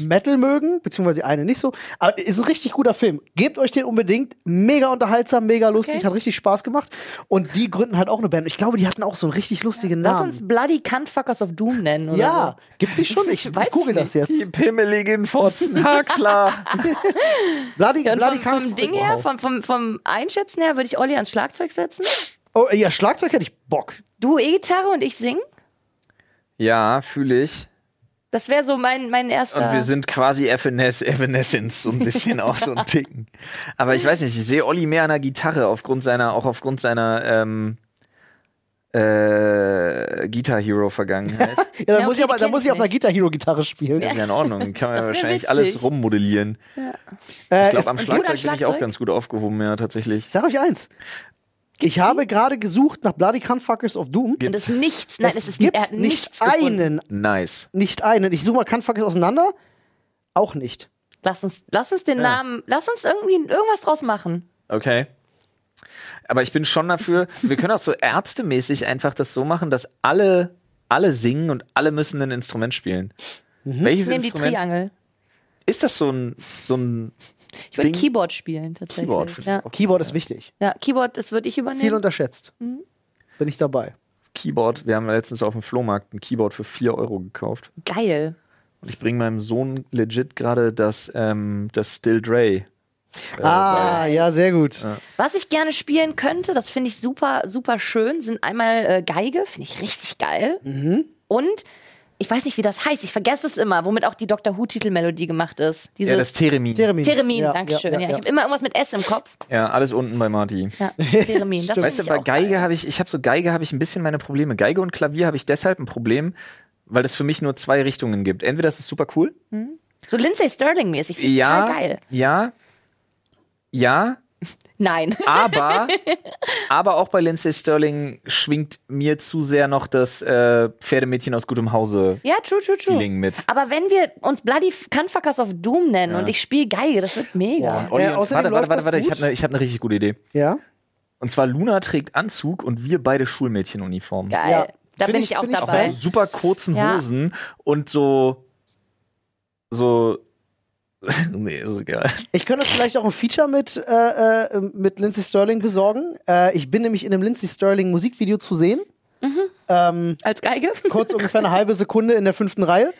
Metal mögen, beziehungsweise eine nicht so. Aber ist ein richtig guter Film. Gebt euch den unbedingt. Mega unterhaltsam, mega lustig, Okay. hat richtig Spaß gemacht. Und die gründen halt auch eine Band. Ich glaube, die hatten auch so einen richtig lustigen Lass Namen. uns Bloody Cuntfuckers of Doom nennen, oder? ähm, Ja, gibt's die schon? Ich, Weiß ich google ich das jetzt. Die pimmeligen Fotzen, Haxler. Bloody, So. Ja, und Bloody vom, vom Kampf- Ding her, vom, vom, vom Einschätzen her, würde ich Olli ans Schlagzeug setzen. Oh, ja, Schlagzeug hätte ich Bock. Du E-Gitarre und ich singen. ja, fühle ich. Das wäre so mein, mein Und erster. wir sind quasi Evanes Evanescence, so ein bisschen auch so ein Ticken. Aber ich weiß nicht, ich sehe Olli mehr an der Gitarre, aufgrund seiner, auch aufgrund seiner ähm, äh, Guitar Hero Vergangenheit. Ja, dann Ja, muss okay, ich aber die dann muss ich kenn ich auf einer nicht. Guitar Hero Gitarre spielen. Ist ja in Ordnung, kann Das man ja wär wahrscheinlich witzig. alles rummodellieren. Äh, Ich glaube, es- am und du Schlagzeug, dann bin ich auch Schlagzeug? ganz gut aufgehoben, ja, tatsächlich. ich sag euch eins. Ich habe gerade gesucht nach Bloody Cuntfuckers of Doom. und es ist nichts. Nein, es, ist gibt er hat nichts nicht einen, gefunden. Nice. nicht einen. Ich suche mal Cuntfuckers auseinander. Auch nicht. Lass uns, lass uns den Ja. Namen, lass uns irgendwie irgendwas draus machen. Okay. Aber ich bin schon dafür, wir können auch so ärztemäßig einfach das so machen, dass alle, alle singen und alle müssen ein Instrument spielen. Welches Ich nehme die Instrument? Triangel. Ist das so ein, so ein Ich würde Ding- Keyboard spielen, tatsächlich. Keyboard? finde ich Ja. auch. Keyboard ist wichtig. ja, Keyboard, das würde ich Viel übernehmen. unterschätzt. Mhm. Bin ich dabei. Keyboard. Wir haben letztens auf dem Flohmarkt ein Keyboard für 4 Euro gekauft. Geil. Und ich bringe meinem Sohn legit gerade das, ähm, das Still Dre. Äh, ah, ja, sehr gut. Was ich gerne spielen könnte, das finde ich super, super schön, sind einmal äh, Geige, finde ich richtig geil. Mhm. Und ich weiß nicht, wie das heißt, ich vergesse es immer, womit auch die Doctor Who-Titelmelodie gemacht ist. bei- ja, das Dieses Theremin. Theremin. Theremin, Ja, danke schön. Ja, ja, Ich habe immer irgendwas mit S im Kopf. Ja, alles unten bei Marty. Ja, Theremin. Das Weißt find du, ich bei auch geil. Geige habe ich, ich habe so Geige habe ich ein bisschen meine Probleme. Geige und Klavier habe ich deshalb ein Problem, weil es für mich nur zwei Richtungen gibt. Entweder das ist super cool. So Lindsay Sterling-mäßig, finde ich ja, total geil. ja, ja, Nein. aber, aber auch bei Lindsay Sterling schwingt mir zu sehr noch das äh, Pferdemädchen aus gutem Hause Ja, true, true, true. Feeling Äh, mit. Aber wenn wir uns Bloody Canfuckers of Doom nennen und ich spiele Geige, das wird mega. Olli, Äh, außerdem warte, läuft warte, warte, das warte, ich gut. habe eine hab ne richtig gute Idee. Ja? Und zwar Luna trägt Anzug und wir beide Schulmädchenuniform. Geil. Ja. Da Find bin ich- ich, auch bin ich dabei. Auf so super kurzen Ja. Hosen und so so nee, ist egal. Mhm. Ich könnte vielleicht auch ein Feature mit, äh, äh, mit Lindsay Sterling besorgen. Äh, ich bin nämlich in einem Lindsay Sterling Musikvideo zu sehen. Mhm. Ähm, Als Geige? kurz ungefähr eine halbe Sekunde in der fünften Reihe.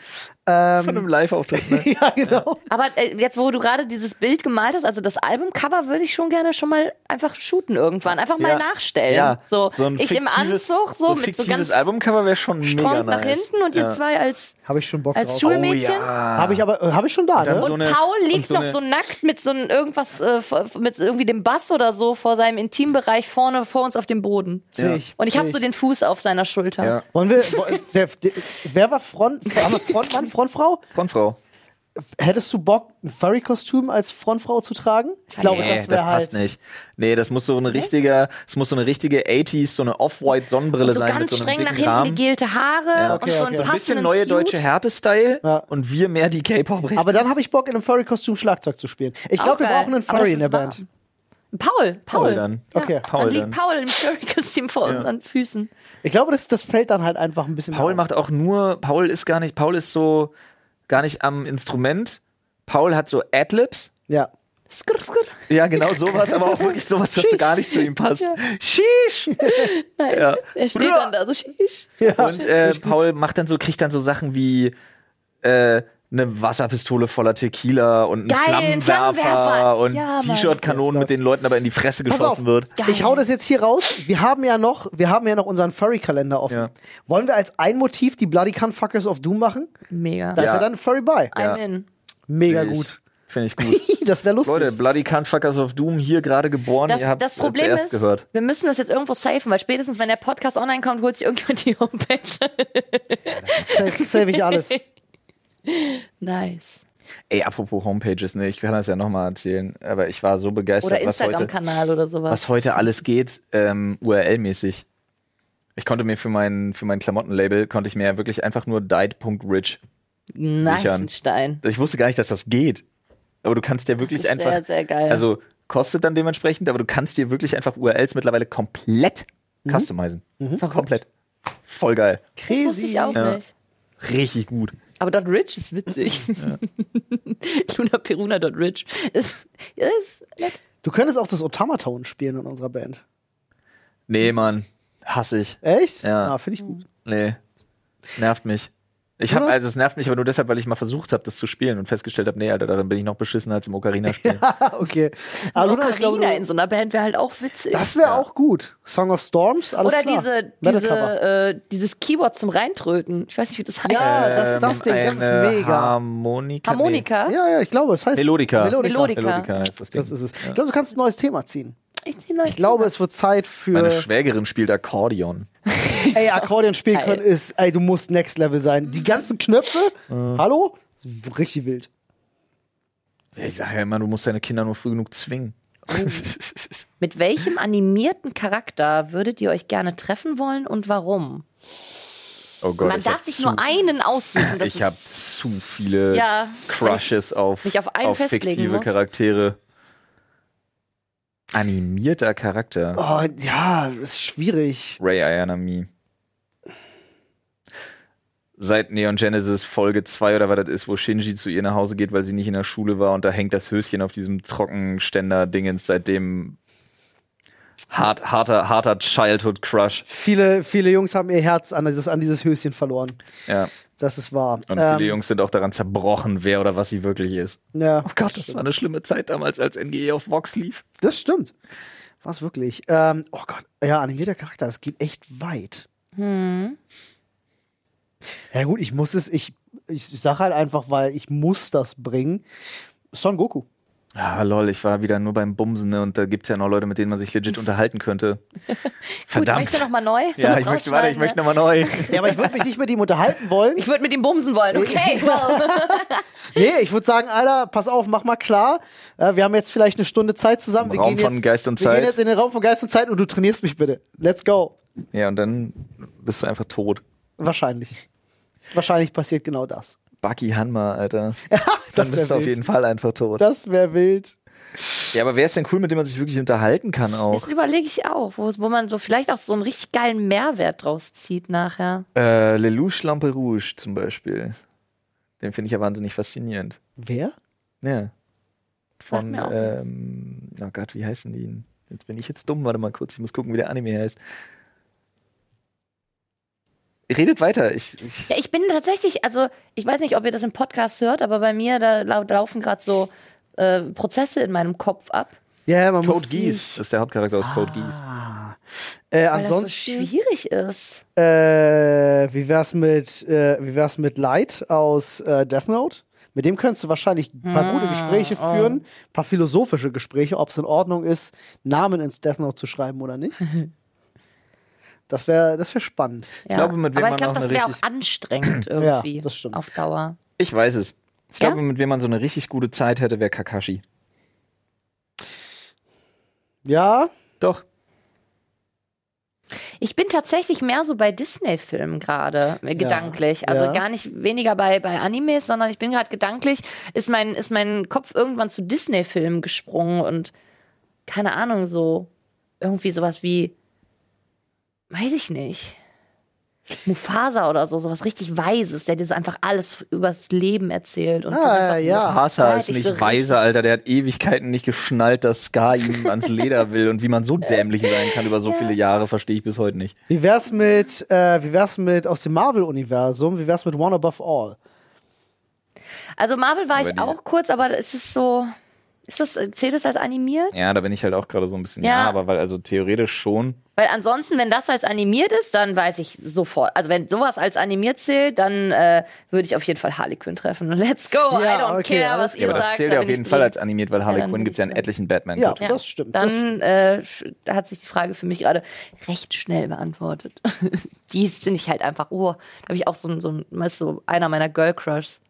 Ähm, Von einem Live-Auftritt. Ne? ja, genau. Aber äh, jetzt, wo du gerade dieses Bild gemalt hast, also das Albumcover würde ich schon gerne schon mal einfach shooten irgendwann. Einfach mal Ja. nachstellen. Ja, so, so ein ich im fiktives- Anzug, so, mit so fiktives ganz Albumcover wäre schon mega nice. Stromp nach hinten und ihr ja. zwei als, Habe ich schon Bock als drauf. Schulmädchen. Habe ich aber, äh, habe ich schon da, Dann ne? so Und eine- Paul und liegt so noch eine- so nackt mit so einem irgendwas, äh, vor- mit irgendwie dem Bass oder so vor seinem Intimbereich vorne vor uns auf dem Boden. Seh ich. Und ich seh habe so den Fuß auf seiner Schulter. Ja. Wollen wir. wo- ist der, der, wer war Front, war man Frontmann, Frontfrau? Frontfrau. Hättest du Bock, ein Furry-Kostüm als Frontfrau zu tragen? Ich glaube, nee, das wäre passt halt. nicht. Nee, das muss so eine richtige, das muss so eine richtige 80s, so eine Off-White Sonnenbrille So sein mit ganz so einem streng nach dicken hinten Rahmen. gegelte okay, okay. Haare und so einen So Ein bisschen passenden neue Suit. deutsche Härte-Style Ja. und wir mehr die K-Pop Aber dann habe ich Bock, in einem Furry-Kostüm Schlagzeug zu spielen. Ich Auch glaube, wir geil. brauchen einen Aber das Furry in der ist Band. warm. Paul, Paul. Paul dann. Ja. Okay. Paul dann liegt dann. Paul im Furry-Kostüm vor unseren Füßen. Ich glaube, das, das fällt dann halt einfach ein bisschen. mehr Paul auf. macht auch nur, Paul ist gar nicht, Paul ist so gar nicht am Instrument. Paul hat so Adlibs. Ja. Skrr, skrr. Ja, genau sowas, aber auch wirklich sowas, was so gar nicht zu ihm passt. Sheesh! Nein, Ja. Er steht Brrr. dann da Also so schisch. ja. Und äh, Paul macht dann so, kriegt dann so Sachen wie äh, eine Wasserpistole voller Tequila und einen Geil, einen Flammenwerfer, Flammenwerfer. und Ja, Mann. T-Shirt-Kanonen, mit denen Leuten aber in die Fresse Pass auf, geschossen wird. ich hau das jetzt hier raus. Wir haben ja noch, wir haben ja noch unseren Furry-Kalender offen. Ja. Wollen wir als ein Motiv die Bloody Cuntfuckers of Doom machen? Mega. Da ist Ja. ja dann ein Furry bei. I'm in. Mega Finde ich- gut. Finde ich gut. Das wäre lustig. Leute, Bloody Cuntfuckers of Doom hier gerade geboren. Das, Ihr habt das Problem zuerst ist, gehört. wir müssen das jetzt irgendwo safen, weil spätestens, wenn der Podcast online kommt, holt sich irgendjemand die Homepage. Save, save ich alles. nice. Ey, apropos Homepages, ne, ich kann das ja nochmal erzählen, aber ich war so begeistert, Oder was, heute, Instagram-Kanal oder sowas. was heute alles geht, ähm, URL-mäßig. Ich konnte mir für mein, für mein Klamottenlabel, konnte ich mir ja wirklich einfach nur died.rich. sichern. Nice Stein. Ich wusste gar nicht, dass das geht. Aber du kannst dir wirklich ist einfach. sehr, sehr geil. Also kostet dann dementsprechend, aber du kannst dir wirklich einfach URLs mittlerweile komplett Mhm. customizen. Komplett. Voll geil. Das wusste ich auch Ja. nicht. Richtig gut. Aber dort Rich ist witzig. Luna Peruna dort Rich. Ist, ist nett. Du könntest auch das Automaton spielen in unserer Band. Nee, Mann. Hass ich. Echt? Ja. Ah, Hm. Finde ich gut. Nee. Nervt mich. Ich habe Oder? also es nervt mich aber nur deshalb, weil ich mal versucht habe, das zu spielen und festgestellt habe, nee, Alter, darin bin ich noch beschissen als im Ocarina spielen. Ah, okay. Ah, Luna, ich glaube, Ocarina du- in so einer Band wäre halt auch witzig. das wäre auch gut. Song of Storms, alles Oder klar. diese, Metal diese, Cover. äh, dieses Keyboard zum Reintröten. Ich weiß nicht, wie das heißt. Äh, Ja, das, das Ding, das ist Ähm, eine mega. Harmonika. Harmonika. Ja, ja, ich glaube, es heißt Melodica. Melodica. Nee, Melodica. Melodica heißt das Ding. Das ist es. Ich glaube, du kannst ein neues Thema ziehen. Ich, zieh ein neues Ich glaube, Thema. es wird Zeit Meine für. Schwägerin spielt Akkordeon. Ey, Akkordeon spielen Geil. können ist, ey, du musst Next Level sein. Die ganzen Knöpfe, hallo? Richtig wild. Ich sage ja immer, du musst deine Kinder nur früh genug zwingen. Mit welchem animierten Charakter würdet ihr euch gerne treffen wollen und warum? Oh Gott. Man ich darf hab sich zu- nur einen aussuchen. Das Ich habe ist- zu viele Ja, Crushes auf, mich auf einen festlegen fiktive muss. Charaktere. Animierter Charakter. Oh, ja, ist schwierig. Ray Ayanami. seit Neon Genesis Folge 2 oder was das ist, wo Shinji zu ihr nach Hause geht, weil sie nicht in der Schule war und da hängt das Höschen auf diesem Trockenständer-Dingens seitdem hart, harter, harter Childhood-Crush. Viele, viele Jungs haben ihr Herz an dieses, an dieses Höschen verloren. Ja. Das ist wahr. Und Ähm, viele Jungs sind auch daran zerbrochen, wer oder was sie wirklich ist. Ja, Oh Gott, das war eine schlimme Zeit damals, als NGE auf Vox lief. das stimmt. War's wirklich. Ähm, oh Gott, ja, animierter Charakter, das geht echt weit. Hm. Ja gut, ich muss es, ich, ich sag halt einfach, weil ich muss das bringen. Son Goku. Ah, lol, ich war wieder nur beim Bumsen ne? und da gibt's ja noch Leute, mit denen man sich legit unterhalten könnte. Gut, Verdammt. möchtest du nochmal neu? Soll ja, das ich möchte, warte, ich rausschneiden, möchte ja? nochmal neu. Ja, aber ich würde mich nicht mit ihm unterhalten wollen. Ich würde mit ihm bumsen wollen. Okay, well. Nee, ich würde sagen, Alter, pass auf, mach mal klar. Äh, wir haben jetzt vielleicht eine Stunde Zeit zusammen. Im wir Raum gehen jetzt, von Geist und Wir Zeit. gehen jetzt in den Raum von Geist und Zeit und du trainierst mich bitte. Let's go. Ja, und dann bist du einfach tot. Wahrscheinlich. Wahrscheinlich passiert genau das. Bucky Hanma, Alter. Das Dann wär bist du auf wild. jeden Fall einfach tot. Das wäre wild. Ja, aber wer ist denn cool, mit dem man sich wirklich unterhalten kann auch? Das überlege ich auch, wo, wo man so vielleicht auch so einen richtig geilen Mehrwert draus zieht nachher. Äh, Lelouch Lampe Rouge zum Beispiel. Den finde ich ja wahnsinnig faszinierend. Wer? Ja. Von, mir auch ähm, oh Gott, wie heißen die? denn? Jetzt bin ich jetzt dumm, warte mal kurz, ich muss gucken, wie der Anime heißt. Redet weiter. Ich, ich, Ja, ich bin tatsächlich, also ich weiß nicht, ob ihr das im Podcast hört, aber bei mir, da lau laufen gerade so äh, Prozesse in meinem Kopf ab. Ja, yeah, man Code muss. Geass ist der Hauptcharakter aus Code Geass. Ah. Äh, Weil das so ansonsten, schwierig ist. äh, wie wär's mit, äh, wie wär's mit Light aus äh, Death Note? Mit dem könntest du wahrscheinlich ein paar gute Gespräche führen, ein paar philosophische Gespräche, ob es in Ordnung ist, Namen ins Death Note zu schreiben oder nicht. Das wäre das wär spannend. Ja. glaube, mit wem aber ich glaube, man auch das eine wäre auch richtig- anstrengend Ja, irgendwie. das stimmt. Auf Dauer. Ich weiß es. Ich Ja? glaube, mit wem man so eine richtig gute Zeit hätte, wäre Kakashi. Ja, Doch. Ich bin tatsächlich mehr so bei Disney-Filmen gerade, äh, gedanklich. Also ja. gar nicht weniger bei, bei Animes, sondern ich bin gerade gedanklich, ist mein, ist mein Kopf irgendwann zu Disney-Filmen gesprungen und keine Ahnung, so irgendwie sowas wie, weiß ich nicht. Mufasa oder so, sowas richtig Weises, der dir so einfach alles übers Leben erzählt. Und Ah, einfach so- ja. Hasa Da ist hätte ich nicht so weiser, Alter. Der hat Ewigkeiten nicht geschnallt, dass Scar ihm ans Leder will. Und wie man so dämlich sein kann über so viele Jahre, verstehe ich bis heute nicht. wie wär's mit, äh, wie wär's mit aus dem Marvel-Universum, wie wär's mit One Above All? Also Marvel war Aber ich diese- auch kurz, aber es ist so, ist das, zählt das als animiert? Ja, da bin ich halt auch gerade so ein bisschen. Ja. Ja. aber weil also theoretisch schon. Weil ansonsten, wenn das als animiert ist, dann weiß ich sofort. Also wenn sowas als animiert zählt, dann äh, würde ich auf jeden Fall Harley Quinn treffen. Let's go, Ja, I don't okay, care, alles was klar. ihr Ja, aber das sagt. zählt da ja auf bin ich jeden drin. Fall als animiert, weil Harley dann Quinn bin gibt ich es ja in drin. etlichen batman Ja, Ja. das stimmt. das Dann äh, sch- hat sich die Frage für mich gerade recht schnell beantwortet. Dies finde ich halt einfach, oh, da habe ich auch so ein, so ein, weißt du, so einer meiner Girl Crushs.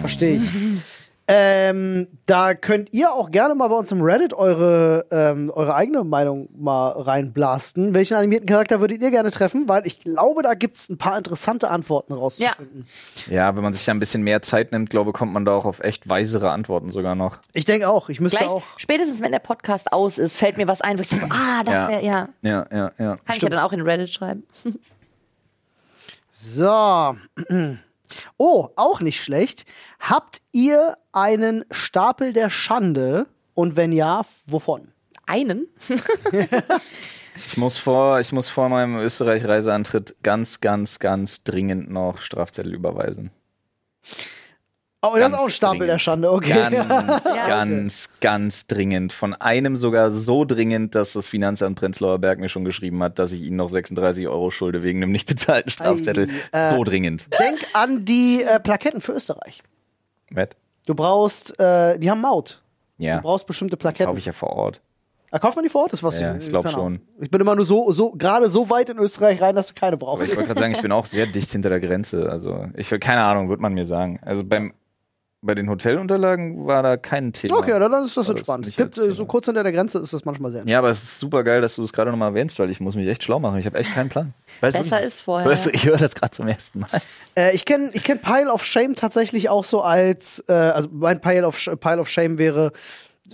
Verstehe ich. Ähm, da könnt ihr auch gerne mal bei uns im Reddit eure, ähm, eure eigene Meinung mal reinblasten. Welchen animierten Charakter würdet ihr gerne treffen? Weil ich glaube, da gibt es ein paar interessante Antworten rauszufinden. Ja, wenn man sich da ein bisschen mehr Zeit nimmt, glaube kommt man da auch auf echt weisere Antworten sogar noch. Ich denke auch, ich müsste Gleich, auch. spätestens wenn der Podcast aus ist, fällt mir was ein, wo ich sag so, ah, das Ja. wäre, ja. Ja, ja, ja. Kann ich ja dann auch in Reddit schreiben. So. Oh, auch nicht schlecht. Habt ihr einen Stapel der Schande? Und wenn ja, wovon? Einen? Ich muss vor, ich muss vor meinem Österreich-Reiseantritt ganz, ganz, ganz dringend noch Strafzettel überweisen. Oh, das Ganz ist auch ein Stapel dringend. der Schande, okay. Ganz, Ja. ganz, ganz dringend. Von einem sogar so dringend, dass das Finanzamt Prenzlauer Berg mir schon geschrieben hat, dass ich ihnen noch 36 Euro schulde wegen einem nicht bezahlten Strafzettel. Ei, äh, so dringend. Denk an die äh, Plaketten für Österreich. Matt? Du brauchst, äh, die haben Maut. Ja. Du brauchst bestimmte Plaketten. Glaube ich ja vor Ort. Ah, kauft man die vor Ort? Das was Ja, ich glaub keine Ahnung. schon. Ich bin immer nur so, so gerade so weit in Österreich rein, dass du keine Aber brauchst. ich wollte gerade sagen, ich bin auch sehr dicht hinter der Grenze. Also ich will keine Ahnung, wird man mir sagen. Also beim bei den Hotelunterlagen war da kein Thema. Okay, dann- dann ist das Aber das entspannt. ist Es nicht halt gibt als äh, Thema. so kurz hinter der Grenze ist das manchmal sehr entspannt. Ja, aber es ist super geil, dass du es gerade nochmal erwähnst, weil ich muss mich echt schlau machen. Ich habe echt keinen Plan. Weißt Besser ist vorher. Weißt du, ich höre das gerade zum ersten Mal. Äh, ich kenne ich kenn Pile of Shame tatsächlich auch so als, äh, also mein Pile of, Sh- Pile of Shame wäre,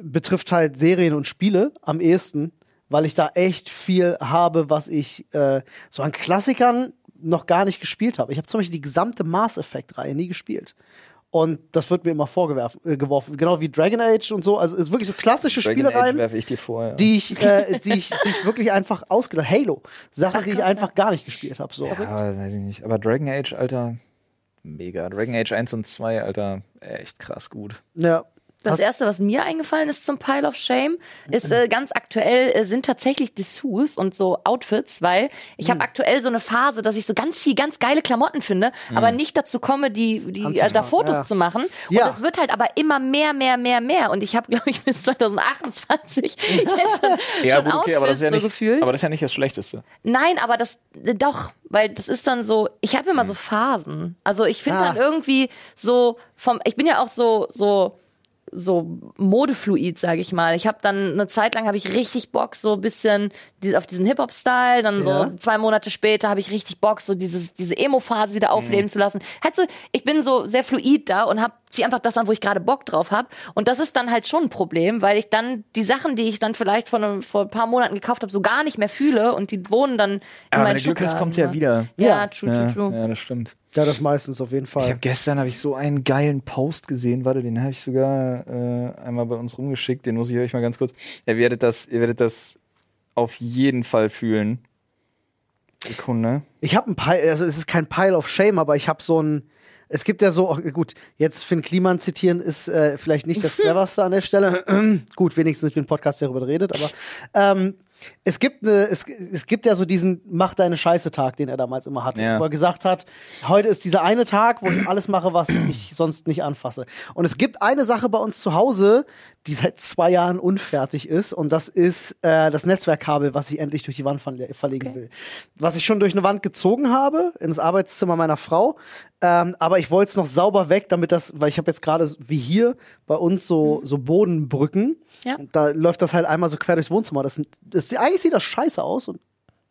betrifft halt Serien und Spiele am ehesten, weil ich da echt viel habe, was ich äh, so an Klassikern noch gar nicht gespielt habe. Ich habe zum Beispiel die gesamte Mass Effect-Reihe nie gespielt. Und das wird mir immer vorgeworfen, äh, geworfen. Genau wie Dragon Age und so. Also es ist wirklich so klassische Spielereien werfe ich dir vor. Ja. die ich, äh, die ich, die ich wirklich einfach ausgedacht Halo, Sachen, die ich einfach gar nicht gespielt habe. So. ja, weiß ich nicht. Aber Dragon Age, Alter, mega. Dragon Age 1 und 2, Alter, echt krass gut. Ja. Das Hast- erste, was mir eingefallen ist zum Pile of Shame, ist äh, ganz aktuell äh, sind tatsächlich Dessous und so Outfits, weil ich Hm. habe aktuell so eine Phase, dass ich so ganz viel ganz geile Klamotten finde, Hm. aber nicht dazu komme, die, die äh, da Anzutragen, Fotos ja. zu machen. Ja. Und das wird halt aber immer mehr, mehr, mehr, mehr. Und ich habe, glaube ich, bis 2028 jetzt schon, schon Outfits so gefühlt. aber das ist ja nicht das Schlechteste. Nein, aber das äh, doch, weil das ist dann so, ich habe Hm. immer so Phasen. Also ich finde Ah. dann irgendwie so vom ich bin ja auch so so so modefluid, sage ich mal. Ich habe dann eine Zeit lang habe ich richtig Bock so ein bisschen die- auf diesen Hip Hop Style, dann Ja. so zwei Monate später habe ich richtig Bock so dieses diese Emo Phase Mhm. wieder aufleben zu lassen. Halt so, ich bin so sehr fluid da und hab zieh einfach das an, wo ich gerade Bock drauf habe und das ist dann halt schon ein Problem, weil ich dann die Sachen, die ich dann vielleicht vor, einem, vor ein paar Monaten gekauft habe, so gar nicht mehr fühle und die wohnen dann in Aber wenn meinen du Glück hast, Schubladen, kommt's ja ne? wieder. Ja, Ja. true, ja, true, true. ja, das stimmt. ja, das meistens auf jeden Ich Fall. hab, gestern habe ich so einen geilen Post gesehen, warte, den habe ich sogar äh, einmal bei uns rumgeschickt, den muss ich euch mal ganz kurz. Ihr werdet das, ihr werdet das auf jeden Fall fühlen. Sekunde. Ich habe ein Pile, also es ist kein Pile of Shame, aber ich habe so ein. Es gibt ja so, oh, gut, jetzt Finn Kliman zitieren ist äh, vielleicht nicht das cleverste an der Stelle. gut, wenigstens wie ein Podcast der darüber redet, aber ähm, es gibt eine, es, es gibt ja so diesen Mach deine Scheiße Tag, den er damals immer hatte, Ja. wo er gesagt hat, heute ist dieser eine Tag, wo ich alles mache, was ich sonst nicht anfasse. Und es gibt eine Sache bei uns zu Hause, die seit zwei Jahren unfertig ist, und das ist äh, das Netzwerkkabel, was ich endlich durch die Wand verle verlegen will. Was ich schon durch eine Wand gezogen habe, ins Arbeitszimmer meiner Frau. Ähm, aber ich wollte es noch sauber weg, damit das, weil ich habe jetzt gerade wie hier bei uns so, so Bodenbrücken. Ja. Und da läuft das halt einmal so quer durchs Wohnzimmer. Das, sind- das, eigentlich sieht das scheiße aus und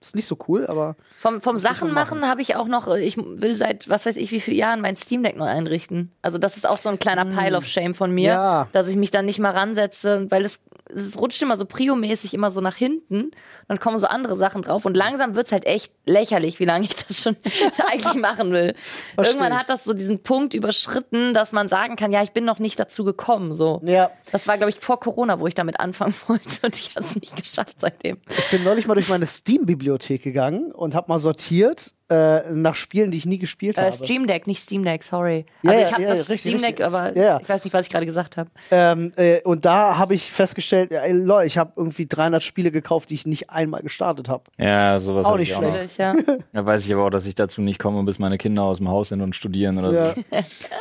ist nicht so cool, aber Vom, vom Sachen machen habe ich auch noch, äh, ich will seit was weiß ich wie vielen Jahren mein Steam Deck neu einrichten. Also das ist auch so ein kleiner Pile of Shame von mir, Mm. Ja. dass ich mich dann nicht mal ransetze, weil es, es rutscht immer so priomäßig immer so nach hinten. Dann kommen so andere Sachen drauf und langsam wird es halt echt lächerlich, wie lange ich das schon eigentlich machen will. Irgendwann ich. hat das so diesen Punkt überschritten, dass man sagen kann, ja, ich bin noch nicht dazu gekommen. So. ja. Das war, glaube ich, vor Corona, wo ich damit anfangen wollte und ich habe es nicht geschafft seitdem. Ich bin neulich mal durch meine Steam-Bibliothek gegangen und habe mal sortiert äh, nach Spielen, die ich nie gespielt Äh, habe. Stream Deck, nicht Steam Deck, sorry. Ja, also ja, ich habe ja, das richtig, Steam Deck, richtig. aber Ja, ja. ich weiß nicht, was ich gerade gesagt habe. Ähm, äh, und da habe ich festgestellt, ey, Leute, ich habe irgendwie 300 Spiele gekauft, die ich nicht einmal gestartet habe. Ja, sowas Auch hab nicht ich schlecht. noch. Natürlich, ja. Da weiß ich aber auch, dass ich dazu nicht komme, bis meine Kinder aus dem Haus sind und studieren oder Ja. so.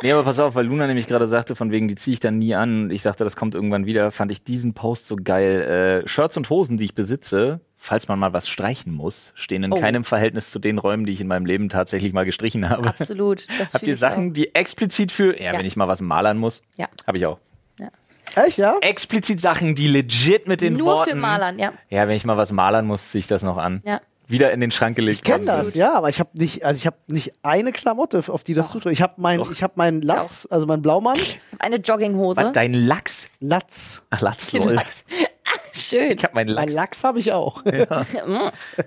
Nee, aber pass auf, weil Luna nämlich gerade sagte, von wegen, die ziehe ich dann nie an. Ich sagte, das kommt irgendwann wieder. Fand ich diesen Post so geil. Äh, Shirts und Hosen, die ich besitze, falls man mal was streichen muss, stehen in Oh. keinem Verhältnis zu den Räumen, die ich in meinem Leben tatsächlich mal gestrichen habe. Absolut. Das Habt fühl ihr ich Sachen, die explizit für, ja, Ja. wenn ich mal was malern muss, Ja. habe ich auch. Echt, ja? Explizit Sachen, die legit mit auch. den Nur Worten. für Malern, ja. Ja, wenn ich mal was malern muss, ziehe ich das noch an. Ja. Wieder in den Schrank gelegt. Ich kenne worden das, sind. ja, aber ich habe nicht, also ich habe nicht eine Klamotte, auf die das zutrifft. Ich habe mein, ich habe meinen Latz, also meinen Blaumann, Ich hab eine Jogginghose. Was, dein Lachs? Latz. Ach, Lachs, Den lol. Lachs. Ah, Schön. Ich habe meinen Mein Lachs Lachs habe ich auch.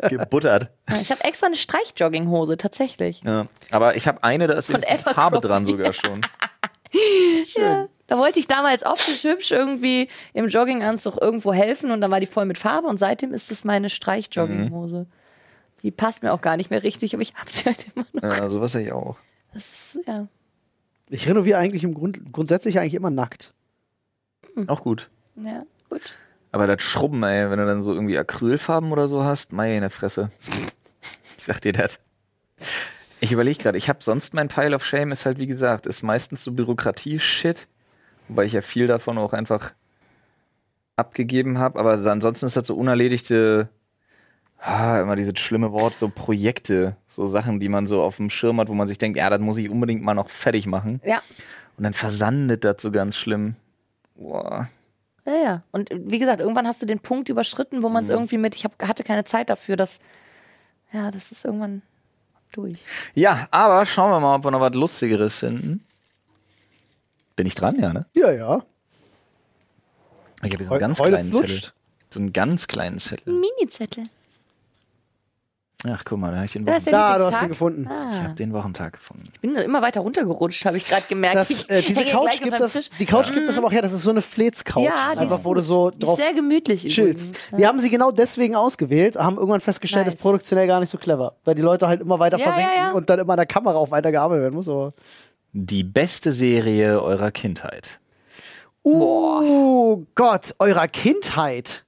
gebuttert. Ich habe extra eine Streich-Jogginghose, tatsächlich. Ja. Aber ich habe eine, da ist wenigstens Evercrow. Farbe dran sogar schon. Ja. Da wollte ich damals optisch hübsch irgendwie im Jogginganzug irgendwo helfen und dann war die voll mit Farbe und seitdem ist es meine Streich-Jogginghose. Mhm. Die passt mir auch gar nicht mehr richtig, aber ich habe sie halt immer noch. Ja, sowas habe ich auch. Das ist, ja. Ich renoviere eigentlich im Grund, grundsätzlich eigentlich immer nackt. Auch gut. ja, gut. Aber das Schrubben, ey, wenn du dann so irgendwie Acrylfarben oder so hast, meine Fresse. Ich sag dir das. Ich überlege gerade, ich habe sonst mein Pile of Shame ist halt, wie gesagt, ist meistens so Bürokratie-Shit, wobei ich ja viel davon auch einfach abgegeben habe, aber ansonsten ist das so unerledigte, ah, immer dieses schlimme Wort, so Projekte, so Sachen, die man so auf dem Schirm hat, wo man sich denkt, ja, das muss ich unbedingt mal noch fertig machen. Ja. Und dann versandet das so ganz schlimm. Boah. Ja, ja. Und äh, wie gesagt, irgendwann hast du den Punkt überschritten, wo man Mhm. es irgendwie mit, ich hab, hatte keine Zeit dafür, dass, ja, das ist irgendwann durch. Ja, aber schauen wir mal, ob wir noch was Lustigeres finden. Bin ich dran, ja, ne? Ja, ja. Ich habe hier so Heu- einen ganz Heule kleinen flutscht. Zettel. So einen ganz kleinen Zettel. Mini-Zettel. Ach, guck mal, da habe ich den Da ist Wochentag. der Da, du Lieblingstag. hast ihn gefunden. Ich Ah, habe den Wochentag gefunden. ich bin immer weiter runtergerutscht, habe ich gerade gemerkt. Das, Ich äh, diese hänge Couch gleich gibt unterm das, Tisch. die Couch gibt das aber auch her, das ist so eine Fleets-Couch. Ja, die Einfach ist wo du so Die ist drauf sehr gemütlich. chillst. übrigens. Wir haben sie genau deswegen ausgewählt, haben irgendwann festgestellt, Nice. das ist produktionell gar nicht so clever, weil die Leute halt immer weiter Ja, versinken ja, ja. und dann immer an der Kamera auch weiter gearbeitet werden muss. Aber Die beste Serie eurer Kindheit. oh Gott, eurer Kindheit.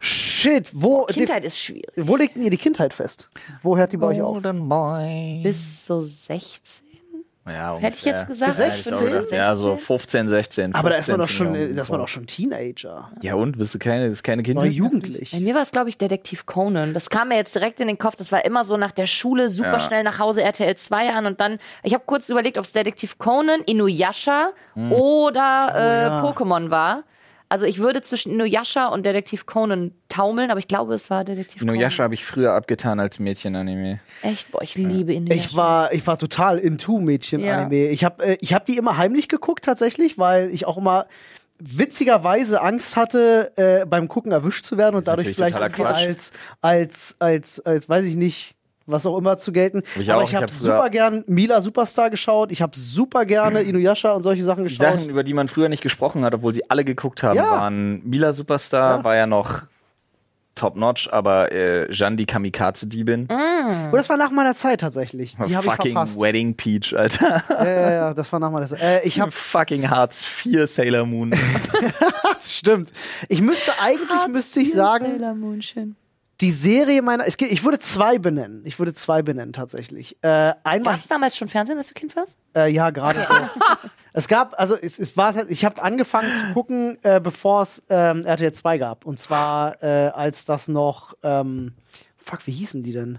Shit, wo, Kindheit ist Oh, schwierig. wo legt denn ihr die Kindheit fest? Wo hört die bei euch auf? Golden Boy. Bis so 16. ja, Hätte ich jetzt ungefähr. gesagt, Ja, hätte ich auch 16? gesagt. ja, so 15, 16. Aber da ist man 15 doch schon, Jahre. da ist man doch schon Teenager. Ja, und? Bist du keine, ist keine Oder Kindheit? Bei jugendlich. mir war es, glaube ich, Detektiv Conan. Das kam mir jetzt direkt in den Kopf. Das war immer so nach der Schule, super Ja. schnell nach Hause, RTL 2 an und dann. Ich habe kurz überlegt, ob es Detektiv Conan, Inuyasha Hm. Oh oder äh, ja. Pokémon war. Also ich würde zwischen Inuyasha und Detektiv Conan taumeln, aber ich glaube, es war Detektiv Inuyasha habe ich früher abgetan als Mädchen-Anime. Conan. Echt? Boah, ich liebe Inuyasha. Ich war, ich war total into Mädchen-Anime. Ich habe äh, ich hab die immer heimlich geguckt tatsächlich, weil ich auch immer witzigerweise Angst hatte, äh, beim Gucken erwischt zu werden und dadurch natürlich vielleicht totaler irgendwie Quatsch. als, als, als, als, weiß ich nicht, was auch immer zu gelten. Ich Aber auch, ich ich habe hab früher- super gern Mila Superstar geschaut, ich habe super gerne Inuyasha und solche Sachen Die geschaut. Sachen, über die man früher nicht gesprochen hat, obwohl sie alle geguckt haben, Ja. waren Mila Superstar, Ja. war ja noch top-notch, aber äh, Jeanne die Kamikaze-Diebin. Mhm. Und das war nach meiner Zeit tatsächlich. Die habe ich fucking verpasst. Wedding Peach, Alter. Ja, ja, ja, das war nach meiner Zeit. Äh, ich habe fucking Hearts 4 Sailor Moon. Stimmt. Ich müsste eigentlich müsste ich sagen, Sailor Moon, schön. die Serie meiner. Es gibt, ich würde zwei benennen. Ich würde zwei benennen tatsächlich. Äh, einmal, Gab es damals schon Fernsehen, als du Kind warst? äh, ja, gerade so. Es gab, also es, es war, ich habe angefangen zu gucken, äh, bevor es ähm, RTL 2 gab. Und zwar, äh, als das noch, ähm, fuck, wie hießen die denn?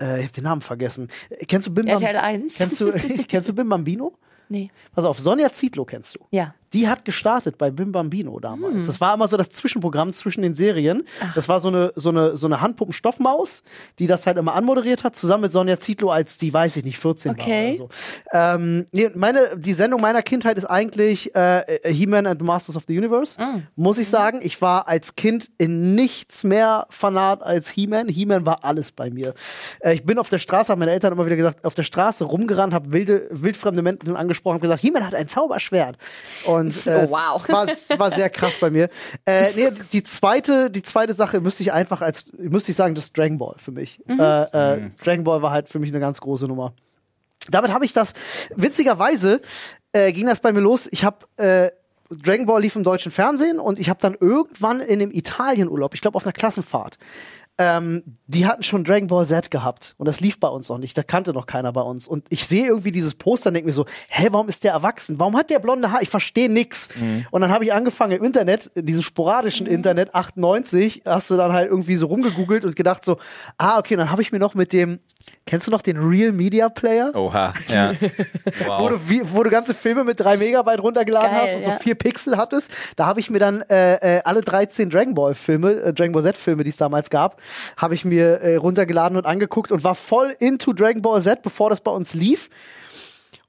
Äh, ich habe den Namen vergessen. Äh, Kennst du Bim Bam- RTL 1? Kennst du, kennst du Bim Bambino? Nee. Pass auf, Sonja Zietlow kennst du. Ja. Hm. Die hat gestartet bei Bim Bambino damals. Das war immer so das Zwischenprogramm zwischen den Serien. Das war so eine, so eine, so eine Handpuppenstoffmaus, die das halt immer anmoderiert hat, zusammen mit Sonja Zietlow, als die, weiß ich nicht, 14 Okay. war oder so. Ähm, nee, meine, die Sendung meiner Kindheit ist eigentlich äh, He-Man and the Masters of the Universe. Muss ich sagen, ich war als Kind in nichts mehr Fanat als He-Man. He-Man war alles bei mir. Äh, ich bin auf der Straße, haben meine Eltern immer wieder gesagt, auf der Straße rumgerannt, habe wilde, wildfremde Menschen angesprochen, habe gesagt, He-Man hat ein Zauberschwert. Und äh, Oh, wow. es war, es war sehr krass bei mir. Äh, nee, die zweite, die zweite Sache müsste ich einfach als, müsste ich sagen, das ist Dragon Ball für mich. Äh, äh, Dragon Ball war halt für mich eine ganz große Nummer. Damit habe ich das, witzigerweise äh, ging das bei mir los. Ich habe äh, Dragon Ball lief im deutschen Fernsehen und ich habe dann irgendwann in einem Italienurlaub, ich glaube auf einer Klassenfahrt, ähm, die hatten schon Dragon Ball Z gehabt und das lief bei uns noch nicht, da kannte noch keiner bei uns. Und ich sehe irgendwie dieses Poster und denke mir so, hä, warum ist der erwachsen? Warum hat der blonde Haar? Ich verstehe nix. Und dann habe ich angefangen im Internet, in diesem sporadischen Internet 98, hast du dann halt irgendwie so rumgegoogelt und gedacht so, ah, okay, und dann habe ich mir noch mit dem, kennst du noch den Real Media Player? Oha, ja. Wo, Wow. du, wie, wo du ganze Filme mit 3 Megabyte runtergeladen Geil, hast und ja. so 4 Pixel hattest. Da habe ich mir dann äh, äh, alle 13 Dragon Ball Filme, äh, Dragon Ball Z Filme, die es damals gab, habe ich mir äh, runtergeladen und angeguckt und war voll into Dragon Ball Z, bevor das bei uns lief.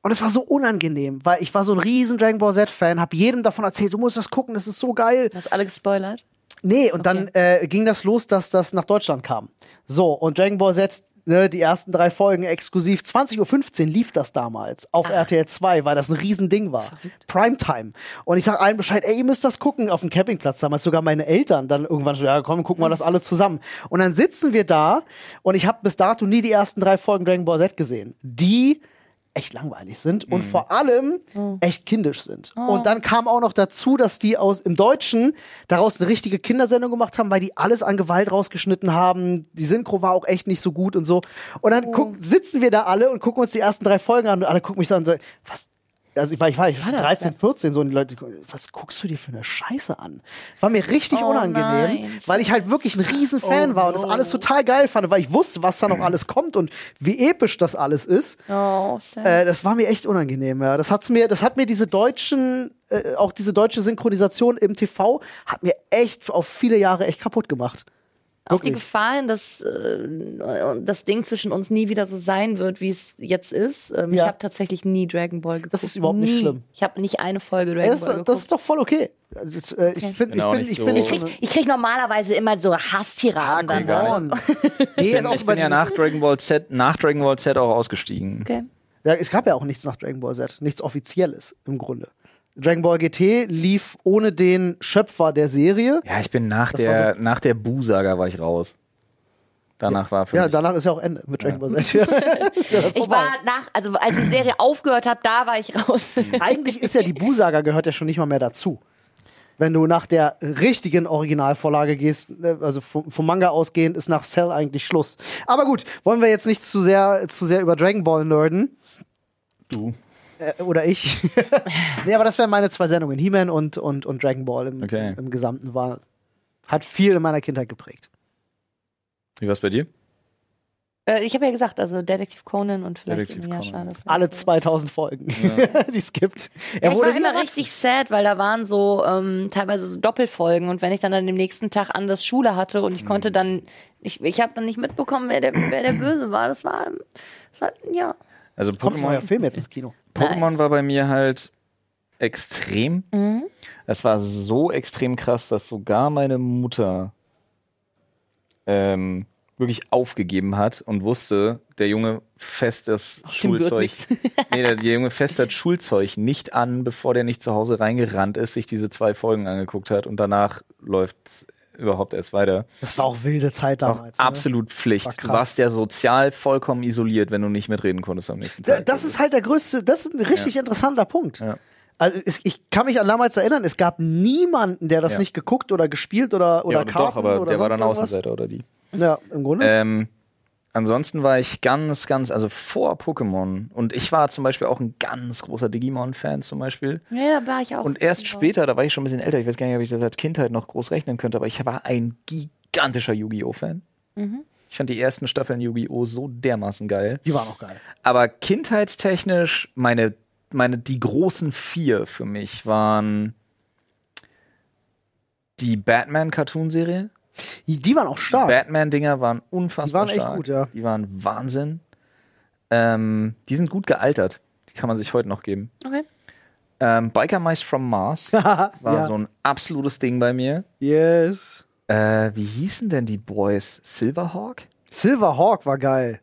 Und es war so unangenehm, weil ich war so ein riesen Dragon Ball Z-Fan, habe jedem davon erzählt, du musst das gucken, das ist so geil. Du hast alle gespoilert. Nee, und dann äh, ging das los, dass das nach Deutschland kam. So, und Dragon Ball Z, ne, die ersten drei Folgen exklusiv, 20.15 Uhr lief das damals auf RTL 2, weil das ein Riesending war. Primetime. Und ich sag allen Bescheid, ey, ihr müsst das gucken auf dem Campingplatz. Damals sogar meine Eltern dann irgendwann schon, ja komm, gucken wir das alle zusammen. Und dann sitzen wir da und ich habe bis dato nie die ersten drei Folgen Dragon Ball Z gesehen. Die echt langweilig sind und vor allem Mhm. echt kindisch sind. Oh. Und dann kam auch noch dazu, dass die aus im Deutschen daraus eine richtige Kindersendung gemacht haben, weil die alles an Gewalt rausgeschnitten haben. Die Synchro war auch echt nicht so gut und so. Und Oh. dann guck, sitzen wir da alle und gucken uns die ersten drei Folgen an und alle gucken mich dann so, was also ich war, ich war, ich war das 13, denn? 14 so und die Leute, gucken, was guckst du dir für eine Scheiße an? Das war mir richtig Oh unangenehm, nein. Oh weil ich halt wirklich ein riesen Fan war und das alles total geil fand, weil ich wusste, was da noch alles kommt und wie episch das alles ist. Oh, sad. Äh, das war mir echt unangenehm, ja. Das hat's mir, das hat mir diese deutschen, äh, auch diese deutsche Synchronisation im TV, hat mir echt auf viele Jahre echt kaputt gemacht. Auf die Wirklich? Gefahr hin, dass äh, das Ding zwischen uns nie wieder so sein wird, wie es jetzt ist. Ähm, Ich Ja. habe tatsächlich nie Dragon Ball geguckt. Das ist überhaupt nicht nie. schlimm. Ich habe nicht eine Folge Dragon Ey, das, Ball ist- geguckt. das ist doch voll okay. Das ist, äh, ich find, Genau, ich bin, nicht ich so- bin ich krieg, ich krieg normalerweise immer so Hasstiraden. Ah, dann. ne? gar come on. Nee, jetzt bin, auch ich über bin ja dieses- nach Dragon Ball Z, nach Dragon Ball Z auch ausgestiegen. Okay. Ja, es gab ja auch nichts nach Dragon Ball Z, nichts Offizielles im Grunde. Dragon Ball GT lief ohne den Schöpfer der Serie. Ja, ich bin nach Das der war nach der Bu-Saga war ich raus. Danach war für Ja, mich. danach ist ja auch Ende mit Dragon Ball Z. Ist ja dann Ich vorbei. war nach, also als die Serie aufgehört hat, da war ich raus. Eigentlich ist ja die Bu-Saga gehört ja schon nicht mal mehr dazu. Wenn du nach der richtigen Originalvorlage gehst, ne, also vom, vom Manga ausgehend, ist nach Cell eigentlich Schluss. Aber gut, wollen wir jetzt nicht zu sehr, zu sehr über Dragon Ball nerden. du. Äh, oder ich. nee, aber das wären meine zwei Sendungen. He-Man und, und, und Dragon Ball im, Okay. im Gesamten war. Hat viel in meiner Kindheit geprägt. Wie war's bei dir? Äh, ich habe ja gesagt, also Detektiv Conan und vielleicht Detektiv irgendwie, ja, Conan. schade. dass wir Alle das so- 2000 Folgen, die es gibt. Ja, ich war nie immer erwachsen. richtig sad, weil da waren so ähm, teilweise so Doppelfolgen und wenn ich dann an dem nächsten Tag anders Schule hatte und ich konnte dann, ich, ich habe dann nicht mitbekommen, wer der, wer der Böse war. Das war, das war ja. Also Kommt ein neuer Pokémon, Film jetzt ins Kino. Pokémon Nice. war bei mir halt extrem. Es war so extrem krass, dass sogar meine Mutter ähm, wirklich aufgegeben hat und wusste, der Junge fest das dem wird Schulzeug. nix. nee, der, der Junge fest das Schulzeug nicht an, bevor der nicht zu Hause reingerannt ist, sich diese zwei Folgen angeguckt hat und danach läuft's überhaupt erst weiter. Das war auch wilde Zeit damals. ne? Absolut Pflicht. War Du krass. warst ja sozial vollkommen isoliert, wenn du nicht mitreden konntest am nächsten Da, Tag. das ist halt der größte, das ist ein richtig interessanter Punkt. Ja. Also es, ich kann mich an damals erinnern, es gab niemanden, der das Ja. nicht geguckt oder gespielt oder oder ja, oder Karten doch, aber oder der war sonst dann irgendwas. Außenseiter oder die. Ja, im Grunde. Ähm, ansonsten war ich ganz, ganz, also vor Pokémon. Und ich war zum Beispiel auch ein ganz großer Digimon-Fan zum Beispiel. Ja, da war ich auch. Und ein erst bisschen später, da war ich schon ein bisschen älter, ich weiß gar nicht, ob ich das als Kindheit noch groß rechnen könnte, aber ich war ein gigantischer Yu-Gi-Oh!-Fan. Ich fand die ersten Staffeln Yu-Gi-Oh! so dermaßen geil. Die waren auch geil. Aber kindheitstechnisch, meine, meine, die großen vier für mich waren die Batman-Cartoon-Serie. Die, die waren auch stark. Die Batman-Dinger waren unfassbar Die waren echt stark. gut, ja. Die waren Wahnsinn. Ähm, die sind gut gealtert. Die kann man sich heute noch geben. Okay. Ähm, Biker Mice from Mars war ja. so ein absolutes Ding bei mir. yes. Äh, wie hießen denn die Boys? Silverhawk? Silver Hawk war geil.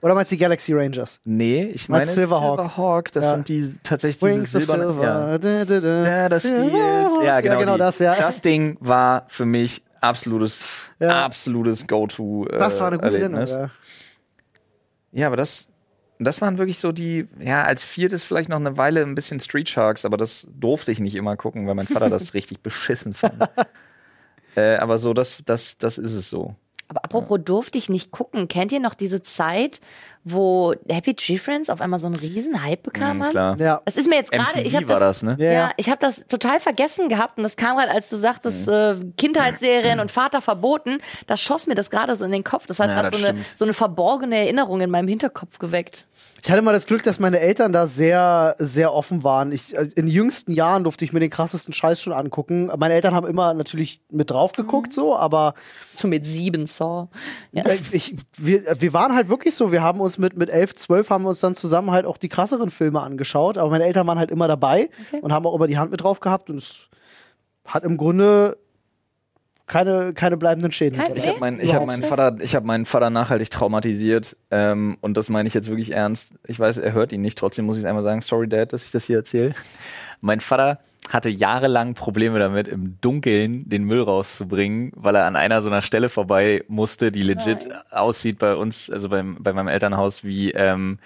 Oder meinst du die Galaxy Rangers? Nee, ich meine Meinst Silverhawk? Silverhawk, das Ja. sind die tatsächlich Wings diese of silbernen- Silver. Ja. Da, da, da. Da, das die ist. Ja, genau, die. das, ja. Das Ding war für mich absolutes, Ja. absolutes Go-To. Äh, das war eine gute Erlebnis. Sendung. Ja. Ja, aber das, das waren wirklich so die, ja, als viertes vielleicht noch eine Weile ein bisschen Street Sharks, aber das durfte ich nicht immer gucken, weil mein Vater das richtig beschissen fand. äh, aber so, das, das, das ist es so. Aber apropos durfte ich nicht gucken. Kennt ihr noch diese Zeit, wo Happy Tree Friends auf einmal so einen riesen Hype bekam? Mhm, haben? klar. Ja. Das ist mir jetzt gerade, MTV ich habe war das, das, ne? Ja, Ja, ja. ich habe das total vergessen gehabt und das kam gerade, als du sagtest, Mhm. äh, Kindheitsserien und Vater verboten, da schoss mir das gerade so in den Kopf. Das hat Ja, gerade das so eine, stimmt. so eine verborgene Erinnerung in meinem Hinterkopf geweckt. Ich hatte mal das Glück, dass meine Eltern da sehr, sehr offen waren. Ich, äh, in jüngsten Jahren durfte ich mir den krassesten Scheiß schon angucken. Meine Eltern haben immer natürlich mit drauf geguckt, so, aber So mit sieben Saw. Mhm. Ja. äh, ich, wir, wir waren halt wirklich so. Wir haben uns mit, mit elf, zwölf haben wir uns dann zusammen halt auch die krasseren Filme angeschaut. Aber meine Eltern waren halt immer dabei und haben auch immer die Hand mit drauf gehabt. Und es hat im Grunde keine, keine bleibenden Schäden. Kein- Ich hinterlassen. Nee, habe meinen, ich hab überhaupt meinen, nicht. Vater- ich hab meinen Vater nachhaltig traumatisiert ähm, und das meine ich jetzt wirklich ernst. Ich weiß, er hört ihn nicht, trotzdem muss ich es einmal sagen. Sorry, Dad, dass ich das hier erzähle. Mein Vater hatte jahrelang Probleme damit, im Dunkeln den Müll rauszubringen, weil er an einer so einer Stelle vorbei musste, die legit aussieht bei uns, also beim, bei meinem Elternhaus, wie, ähm,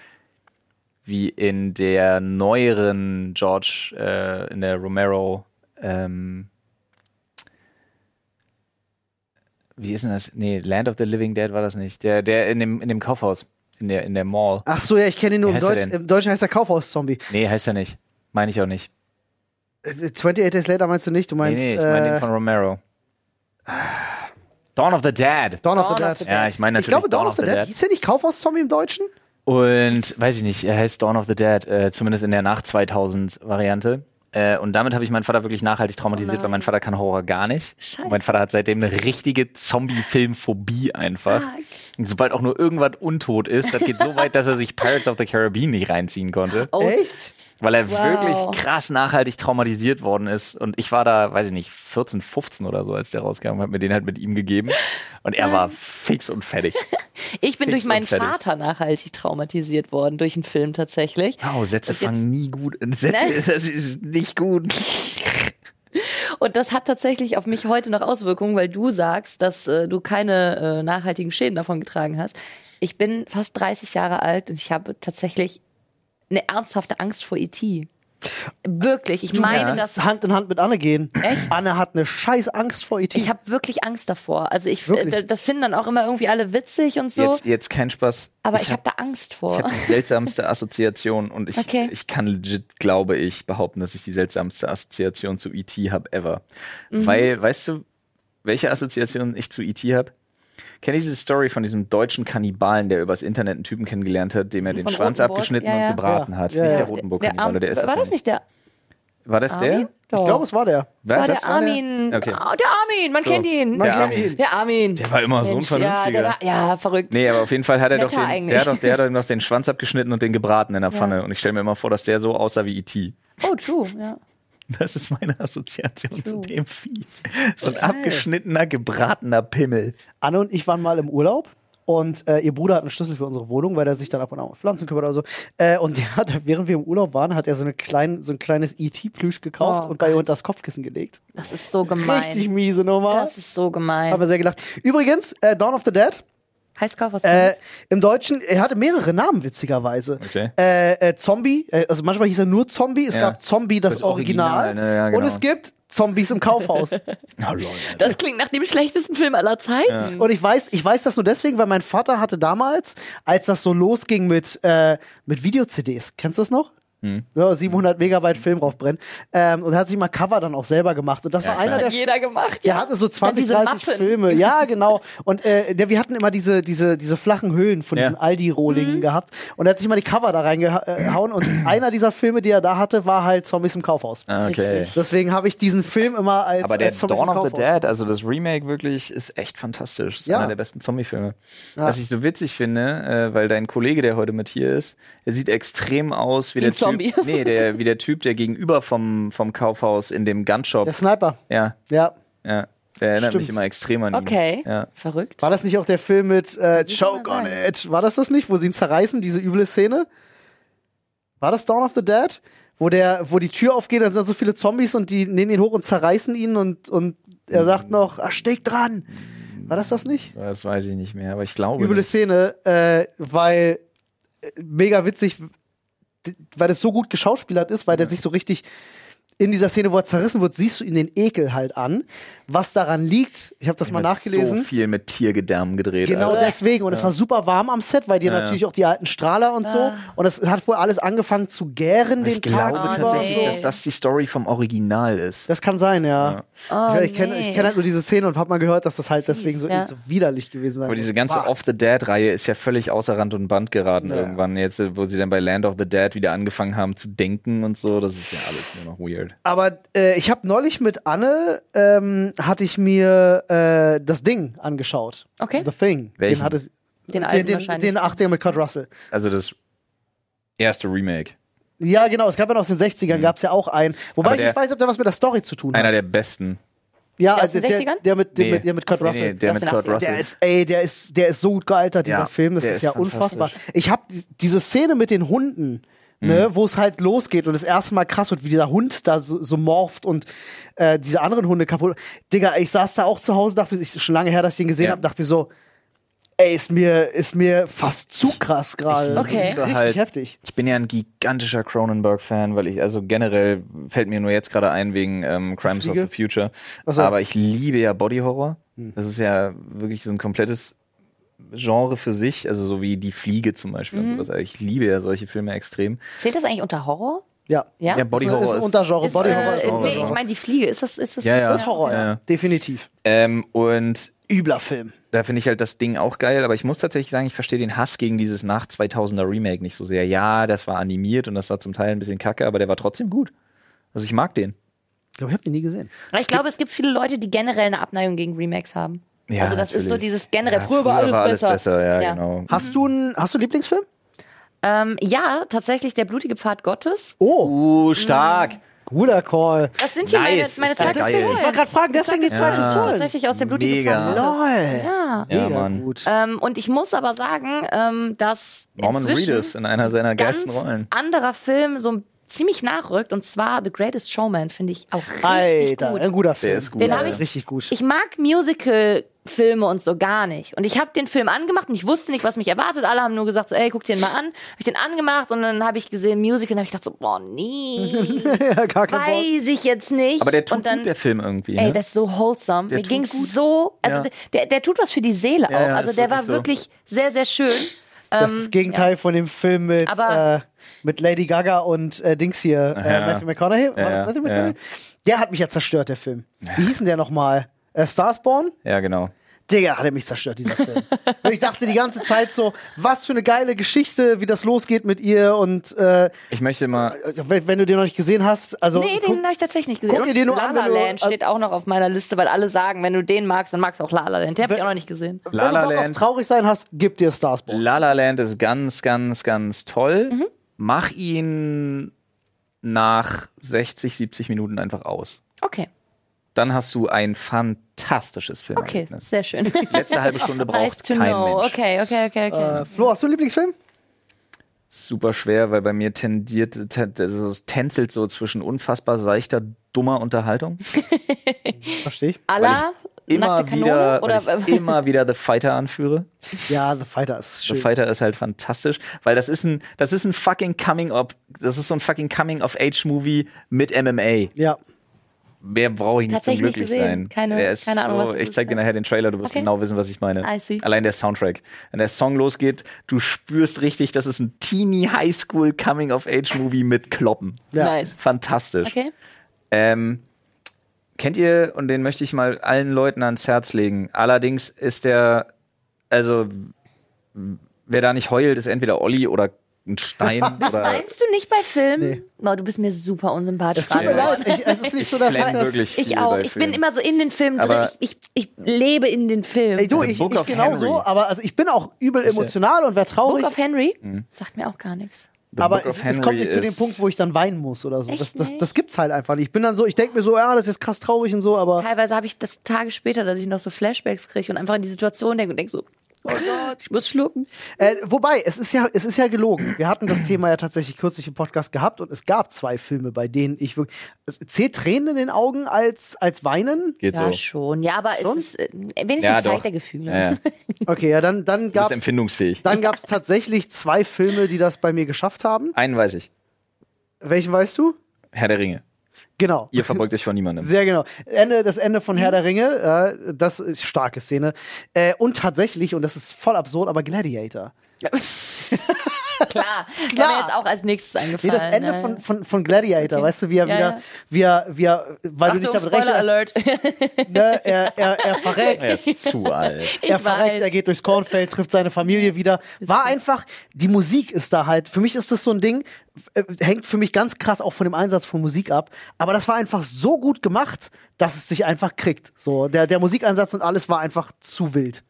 wie in der neueren George, äh, in der Romero ähm, wie ist denn das? Nee, Land of the Living Dead war das nicht. Der, der in dem, in dem Kaufhaus, in der, in der Mall. Ach so, ja, ich kenne ihn nur Wie im, heißt er Deutsch, denn? im Deutschen heißt er Kaufhaus-Zombie. Nee, heißt er nicht. Meine ich auch nicht. Äh, 28 Days Later meinst du nicht, du Nee, meinst nee, ich meine den äh, von Romero. Dawn of the Dead. Dawn of the Dawn Dead. of the Ja, ich meine ich glaube, natürlich Dawn, of the Dead. Hieß der nicht Kaufhaus-Zombie im Deutschen? Und weiß ich nicht, er heißt Dawn of the Dead, äh, zumindest in der nach 2000 Variante. Äh, und damit habe ich meinen Vater wirklich nachhaltig traumatisiert, Oh nein. weil mein Vater kann Horror gar nicht. Scheiße. Und mein Vater hat seitdem eine richtige Zombie-Filmphobie einfach. Fuck. Und sobald auch nur irgendwas untot ist, das geht so weit, dass er sich Pirates of the Caribbean nicht reinziehen konnte. Aus. Echt? Weil er Wow. wirklich krass nachhaltig traumatisiert worden ist. Und ich war da, weiß ich nicht, 14, 15 oder so, als der rauskam, habe mir den halt mit ihm gegeben. Und er war fix und fertig. Ich bin Fix durch meinen und fertig. Vater nachhaltig traumatisiert worden, durch einen Film tatsächlich. Wow, Sätze Und jetzt- fangen nie gut. äh, Nein. Sätze, das ist nicht gut. Und das hat tatsächlich auf mich heute noch Auswirkungen, weil du sagst, dass äh, du keine äh, nachhaltigen Schäden davon getragen hast. Ich bin fast 30 Jahre alt und ich habe tatsächlich eine ernsthafte Angst vor ET. Wirklich, ich meine das das. Hand in Hand mit Anne gehen. Echt? Anne hat eine scheiß Angst vor E IT. Ich habe wirklich Angst davor. Also ich Wirklich? äh, das finden dann auch immer irgendwie alle witzig und so, Jetzt, jetzt kein Spaß. aber Ich ich habe da Angst Ich vor. habe die seltsamste Assoziation und ich, Okay. ich kann legit, glaube ich, behaupten, dass ich die seltsamste Assoziation zu E.T. habe ever. Mhm. Weil, weißt du, welche Assoziation ich zu E E.T. habe? Kennt ihr diese Story von diesem deutschen Kannibalen, der übers Internet einen Typen kennengelernt hat, dem er den Von Schwanz Rotenburg? abgeschnitten Ja, ja. und gebraten Ja, hat? ja, nicht ja. der Rotenburg-Kannibale, Armin- der ist war das das nicht der War das der? Armin? Doch. ich glaube, es war der. das war das der Armin. Okay. Ah, Der Armin, man So. kennt ihn. Man Der kennt Armin. ihn. Der Armin. Der war immer so ein ja, der Vernünftiger. war, ja, verrückt. Nee, aber auf jeden Fall hat er doch Netter den, der eigentlich. hat doch, der hat doch noch den Schwanz abgeschnitten und den gebraten in der Pfanne. Und ich stelle mir immer vor, dass der so aussah wie E E.T. Oh, true, ja. Das ist meine Assoziation zu True. dem Vieh. So ein abgeschnittener, gebratener Pimmel. Anne und ich waren mal im Urlaub und äh, ihr Bruder hat einen Schlüssel für unsere Wohnung, weil er sich dann ab und an um Pflanzen kümmert oder so. Äh, und der hat, während wir im Urlaub waren, hat er so, eine klein, so ein kleines IT-Plüsch gekauft Oh und bei ihr unter das Kopfkissen gelegt. Das ist so gemein. Richtig miese Nummer. das ist so haben gemein. wir sehr gelacht. Übrigens, äh, Dawn of the Dead, Heißkauf, was äh, sonst? im Deutschen, er hatte mehrere Namen, witzigerweise. Okay. Äh, äh, Zombie, äh, also manchmal hieß er nur Zombie, es Ja. gab Zombie, das, Das Original. Original, ne, ja, Und genau. es gibt Zombies im Kaufhaus. Oh, lol. Das klingt nach dem schlechtesten Film aller Zeiten. Und ich weiß, ich weiß das nur deswegen, weil mein Vater hatte damals, als das so losging mit, äh, mit Video-CDs, kennst du das noch? Hm. Ja, 700 Megabyte Film draufbrennen. Ähm, und hat sich mal Cover dann auch selber gemacht. Und das war einer Das klar. der hat jeder gemacht. der ja. hatte so Dann 20, diese 30 Mappen. Filme. Ja, genau. Und äh, der, wir hatten immer diese, diese, diese flachen Höhlen von Ja. diesen Mhm. Aldi-Rohlingen gehabt. Und er hat sich mal die Cover da reingehauen. Und einer dieser Filme, die er da hatte, war halt Zombies im Kaufhaus. Ah, okay. Deswegen habe ich diesen Film immer als, Aber der als Zombies Dawn im of the Kaufhaus. Dead, also das Remake wirklich, ist echt fantastisch. Ist Ja. einer der besten Zombie-Filme. Was ich so witzig finde, äh, weil dein Kollege, der heute mit hier ist, er sieht extrem aus wie, Wie der ein Zombie. Typ. Nee, der, wie der Typ, der gegenüber vom, vom Kaufhaus in dem Gunshop. Der Sniper. ja, Ja. ja. Der erinnert mich Stimmt. immer extrem an ihn. Okay, Ja. verrückt. War das nicht auch der Film mit äh, kann Choke man on sagen. It? War das das nicht, wo sie ihn zerreißen, diese üble Szene? War das Dawn of the Dead? Wo, der, wo die Tür aufgeht, dann sind so viele Zombies und die nehmen ihn hoch und zerreißen ihn und, und er sagt noch, erstick dran. War das das nicht? Das weiß ich nicht mehr, aber ich glaube. Üble nicht. Szene, äh, weil äh, mega witzig, d- weil das so gut geschauspielert ist, weil der sich so richtig in dieser Szene, wo er zerrissen wird, siehst du ihm den Ekel halt an. Was daran liegt, ich habe das mal Wird nachgelesen. So viel mit Tiergedärmen gedreht. Genau Alter. deswegen. Und es war super warm am Set, weil die Ja, natürlich auch die alten Strahler und so. Ah. Und es hat wohl alles angefangen zu gären den Ich glaube Tag über. tatsächlich, und so. dass das die Story vom Original ist. das kann sein, ja. Oh, ich ich kenne nee. ich kenn halt nur diese Szene und habe mal gehört, dass das halt deswegen so, ja. so widerlich gewesen sein Aber diese muss. ganze Off the Dead-Reihe ist ja völlig außer Rand und Band geraten Ja. irgendwann. Jetzt, äh, wo sie dann bei Land of the Dead wieder angefangen haben zu denken und so, das ist ja alles nur noch weird. Aber äh, ich habe neulich mit Anne, ähm, hatte ich mir äh, das Ding angeschaut. Okay. The Thing. Welchen? Den hatte sie- Den alten den, den, wahrscheinlich. den 80er mit Kurt Russell. Also das erste Remake. Ja, genau. Es gab ja noch aus den 60ern, gab es ja auch einen. Wobei Hm. Aber ich der- nicht weiß, ob der was mit der Story zu tun Einer hat. der besten. Ja, also Der aus den der, 60ern? der, mit, der Nee. mit, der mit Kurt Nee, Russell. nee, Das der mit sind Kurt 80er. Russell. Der ist, ey, der ist, der ist so gut gealtert, dieser Ja, Film. Das der ist, ist ja fantastisch. Mhm. unfassbar. Ich habe die, diese Szene mit den Hunden, ne, wo es halt losgeht und das erste Mal krass wird, wie dieser Hund da so, so morpht und äh, diese anderen Hunde kaputt. Digga, ich saß da auch zu Hause, dachte mir, ist schon lange her, dass ich den gesehen Ja. habe, dachte mir so, ey, ist mir, ist mir fast zu krass gerade. Okay. Richtig Halt- heftig. Ich bin ja ein gigantischer Cronenberg-Fan, weil ich, also generell fällt mir nur jetzt gerade ein wegen ähm, Crimes of Fliege? the Future. Ach so. Hm. Aber ich liebe ja Body Horror. Das ist ja wirklich so ein komplettes Genre für sich, also so wie Die Fliege zum Beispiel Mhm. und sowas. Also Ich liebe ja solche Filme extrem. Zählt das eigentlich unter Horror? Ja. Ja. Ja, Body ist, ein- Horror ist ein ist- Untergenre. Ist, Body äh, Horror ist ein Horror. nee, ich Untergenre. meine, die Fliege, ist das, ist das Ja, ja. Das ist Horror, ja. Ja. Definitiv. Ähm, und Übler Film. da finde ich halt das Ding auch geil, aber ich muss tatsächlich sagen, ich verstehe den Hass gegen dieses nach 2000er Remake nicht so sehr. Ja, das war animiert und das war zum Teil ein bisschen kacke, aber der war trotzdem gut. Also ich mag den. Ich glaube, ich habe den nie gesehen. Aber ich glaube, es gibt viele Leute, die generell eine Abneigung gegen Remakes haben. Ja, also das ist so natürlich. dieses generell, früher war alles besser. Ja, Ja. genau. Hast du einen hast du einen Lieblingsfilm? Ähm, ja, tatsächlich der blutige Pfad Gottes. Oh, Uh, stark. guter Call. Das sind hier Nice, meine, meine ist das zwei geil. Deswegen, ich wollte gerade fragen, deswegen die zweite Das ist Pistolen. tatsächlich aus der blutige Mega. Pfad Gottes. Lol. Ja. Ja, Mega Mann. gut. Ähm, und ich muss aber sagen, ähm, dass Norman inzwischen Reedus in einer seiner ganz geilsten Rollen. anderer Film so ein- ziemlich nachrückt und zwar The Greatest Showman finde ich auch richtig Alter, gut. ein guter Film. ist gut, Den hab Der ich- ist richtig gut. Ich mag Musical-Filme und so gar nicht. Und ich habe den Film angemacht und ich wusste nicht, was mich erwartet. Alle haben nur gesagt, so, ey, guck den mal an. Habe ich den angemacht und dann habe ich gesehen Musical und habe ich gedacht so, boah, nee, ja, gar kein Bock. weiß ich jetzt nicht. Aber der tut und dann, gut, der Film irgendwie. ey, ne? das ist so wholesome. Der Mir tut ging's gut. so, also Ja. der- der, der tut was für die Seele Ja, auch. ja, also ist der war wirklich wirklich so. sehr, sehr schön. Ähm, Das ist das Gegenteil von dem Film mit, äh, Aber- mit Lady Gaga und äh, Dings hier, äh, Ja. Matthew McConaughey. War das Ja, Matthew McConaughey? Der hat mich ja zerstört, der Film. Wie hieß denn der nochmal? Äh, Starsborn? ja, genau. Digga, hat er mich zerstört, dieser Film. und ich dachte die ganze Zeit so, was für eine geile Geschichte, wie das losgeht mit ihr und äh, also, Ich möchte mal. wenn wenn du den noch nicht gesehen hast, also Nee, guck- den habe ich tatsächlich nicht gesehen. guck dir den Und nur La an, La wenn du- Land steht auch noch auf meiner Liste, weil alle sagen, wenn du den magst, dann magst du auch La La Land. Den habe ich Wenn- auch noch nicht gesehen. wenn La La du Bock Land. auf traurig sein hast, gib dir Starsborn. La La Land ist ganz, ganz, ganz toll. Mhm. Mach ihn nach 60, 70 Minuten einfach aus. Okay, Dann hast du ein fantastisches okay, Filmerlebnis. sehr schön. Letzte halbe Stunde nice braucht to kein know. Mensch. Okay, okay, okay, okay. Äh, Flo, hast du einen Lieblingsfilm? Super schwer, weil bei mir tendiert, ten- also es tänzelt so zwischen unfassbar seichter, dummer Unterhaltung. Verstehe ich. Alla, Immer nackte Kanone wieder, oder weil ich immer wieder The Fighter anführe. Ja, The Fighter ist schön. The Fighter ist halt fantastisch, weil das ist ein, das ist ein fucking Coming Up, das ist so ein fucking Coming of Age Movie mit MMA. ja. Mehr brauche ich nicht zum Tatsächlich nicht glücklich gesehen. sein. Keine- Der ist keine Ahnung, so, was das ich ist, zeig dir ja. nachher den Trailer, du wirst Okay. genau wissen, was ich meine. I see. Allein der Soundtrack. Wenn der Song losgeht, du spürst richtig, das ist ein teeny Highschool Coming of Age Movie mit Kloppen. Ja. Nice. Fantastisch. Okay. Ähm, kennt ihr, und den möchte ich mal allen Leuten ans Herz legen, allerdings ist der, also w- wer da nicht heult, ist entweder Olli oder ein Stein Das oder meinst du nicht bei Filmen? Nee. Boah, du bist mir super unsympathisch. Es tut mir gerade. leid, ich, es ist nicht so, dass ich flenn das... wirklich viel Ich auch. bei Ich Filmen. bin immer so in den Film drin. Aber- Ich, ich, ich lebe in den Film. Ey, du, The ich, Book ich of genau Henry. äh, so, aber also ich bin auch übel emotional und wäre Book traurig, of Henry sagt mir auch gar nichts. The aber Book of es, es Henry kommt nicht zu dem ist- Punkt, wo ich dann weinen muss oder so. Echt Das, das, nicht? das gibt's halt einfach nicht. Ich bin dann so, ich denke mir so, ja, das ist jetzt krass traurig und so, aber Teilweise habe ich das Tage später, dass ich noch so Flashbacks kriege und einfach in die Situation denke und denke so, oh Gott. ich muss schlucken. Äh, wobei, es ist ja, es ist ja gelogen. Wir hatten das Thema ja tatsächlich kürzlich im Podcast gehabt und es gab zwei Filme, bei denen ich wirklich. Es zählt Tränen in den Augen als, als Weinen? geht Ja, so. schon. Ja, aber Schon? es ist äh, wenigstens Ja, doch. zeigt der Gefühle. Ja, ja. Du Okay, ja, dann, dann bist gab's empfindungsfähig. dann gab's tatsächlich zwei Filme, die das bei mir geschafft haben. Einen weiß ich. Welchen weißt du? Herr der Ringe. Genau. Ihr verbeugt euch vor niemandem. Sehr genau. Ende, das Ende von Herr der Ringe, äh, das ist starke Szene. Äh, und tatsächlich, und das ist voll absurd, aber Gladiator. Klar, Klar. Klar. mir jetzt auch als nächstes Nee, eingefallen. das Ende ne? von, von, von Gladiator, weißt du, wie er Ja, wieder, ja. wie er, wie er, weil Achtung, du Also nicht damit Spoiler rechnest, Alert. ne, er, er, er verreckt, Er ist zu alt. Ich er verreckt, weiß. er geht durchs Kornfeld, trifft seine Familie wieder. War einfach, die Musik ist da halt, für mich ist das so ein Ding, äh, hängt für mich ganz krass auch von dem Einsatz von Musik ab, aber das war einfach so gut gemacht, dass es sich einfach kriegt. So, der, der Musikeinsatz und alles war einfach zu wild.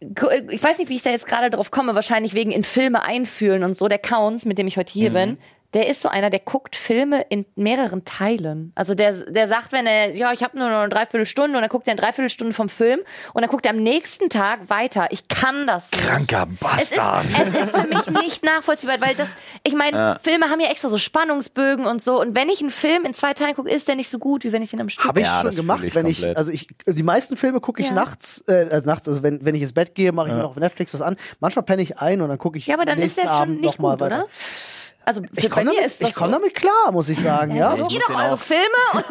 äh, ich weiß nicht, wie ich da jetzt gerade drauf komme, wahrscheinlich wegen in Filme einfühlen und so. Der Counts, mit dem ich heute hier Mhm. bin, der ist so einer, der guckt Filme in mehreren Teilen. Also der, der sagt, wenn er, ja, ich habe nur noch eine Dreiviertelstunde und dann guckt er eine Dreiviertelstunde vom Film und dann guckt er am nächsten Tag weiter. Ich kann das nicht. Kranker Es ist, Bastard. es ist für mich nicht nachvollziehbar, weil das, ich meine, Filme haben ja extra so Spannungsbögen und so. Und wenn ich einen Film in zwei Teilen gucke, ist der nicht so gut, wie wenn ich ihn am Stück Habe ich Ja, schon das fühl gemacht, ich wenn ich, komplett. also ich, die meisten Filme gucke ich Ja. nachts, äh, also nachts, also wenn, wenn ich ins Bett gehe, mache ich mir noch auf Netflix was an. Manchmal penne ich ein und dann gucke ich. Ja, aber dann am ist der nächsten schon Abend nicht noch mal gut, weiter. oder? Also für, Ich komme bei mir damit, ist das ich komm so. damit klar, muss ich sagen, ja. Guckt ihr muss doch ihn eure auch. Filme und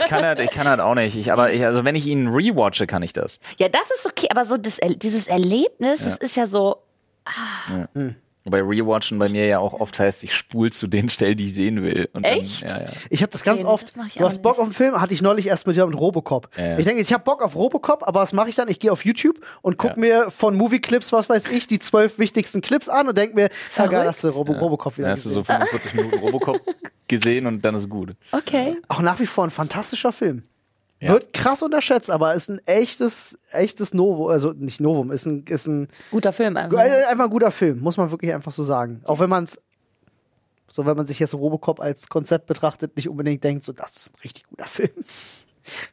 Ich kann halt, ich kann halt auch nicht. Ich, aber ich, also wenn ich ihn rewatche, kann ich das. ja, das ist okay, aber so das, Er- dieses Erlebnis, das ist ja so Wobei Rewatchen bei mir ja auch oft heißt, ich spul zu den Stellen, die ich sehen will. Und Echt? Dann, ja, ja. Ich habe das ganz nee, oft. das mach ich du auch hast Bock nicht. auf einen Film, hatte ich neulich erst mit, mit Robocop. Ja. Ich denke, ich habe Bock auf Robocop, aber was mache ich dann? Ich gehe auf YouTube und gucke Ja. mir von Movie Clips, was weiß ich, die zwölf wichtigsten Clips an und denke mir, ah, geil, Verrückt. hast du Robo Robocop wieder Dann hast du gesehen. so 45 Minuten Robocop gesehen und dann ist gut. Okay. Auch nach wie vor ein fantastischer Film. Ja. Wird krass unterschätzt, aber ist ein echtes, echtes Novum, also nicht Novum, ist ein, ist ein Guter Film ähm. Gu- einfach. äh, einfach ein guter Film, muss man wirklich einfach so sagen. Auch wenn man es, so wenn man sich jetzt Robocop als Konzept betrachtet, nicht unbedingt denkt, so das ist ein richtig guter Film.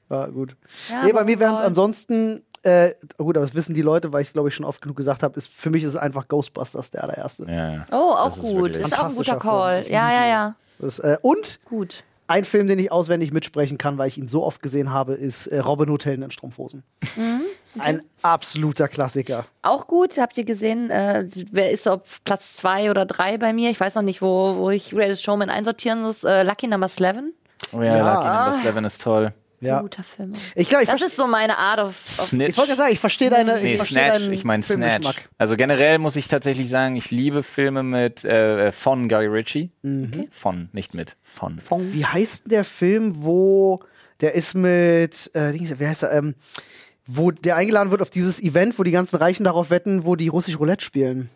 ja, gut. Ja, nee, bei mir aber wären es voll. ansonsten, äh, gut, aber das wissen die Leute, weil ich glaube ich schon oft genug gesagt habe, ist für mich ist es einfach Ghostbusters der allererste. Ja, ja. Oh, auch Das ist gut. wirklich- Ist auch ein guter Fantastischer Call. Film. Ich Ja, liebe ja, ihn. ja. Das, äh, und Gut. ein Film, den ich auswendig mitsprechen kann, weil ich ihn so oft gesehen habe, ist äh, Robin Hood Helden in Strumpfhosen. Mhm. Ein absoluter Klassiker. Auch gut, habt ihr gesehen, äh, wer ist auf Platz zwei oder drei bei mir? Ich weiß noch nicht, wo, wo ich Greatest Showman einsortieren muss. Äh, Lucky Number 11. Oh ja, Ja. Lucky Number 11 ist toll. Ja. Guter Film. Ich glaube, ich, Das verste- ist so meine Art of. of Snitch. ich wollte gerade sagen, ich verstehe deine. Nee, ich verstehe Snatch, deinen ich meine Snatch. Filmgeschmack. Also generell muss ich tatsächlich sagen, ich liebe Filme mit äh, von Guy Ritchie. Mhm. Von, nicht mit. Von. Fong. Wie heißt denn der Film, wo der ist mit, äh, Dings, wie heißt er, ähm, wo der eingeladen wird auf dieses Event, wo die ganzen Reichen darauf wetten, wo die russisch Roulette spielen?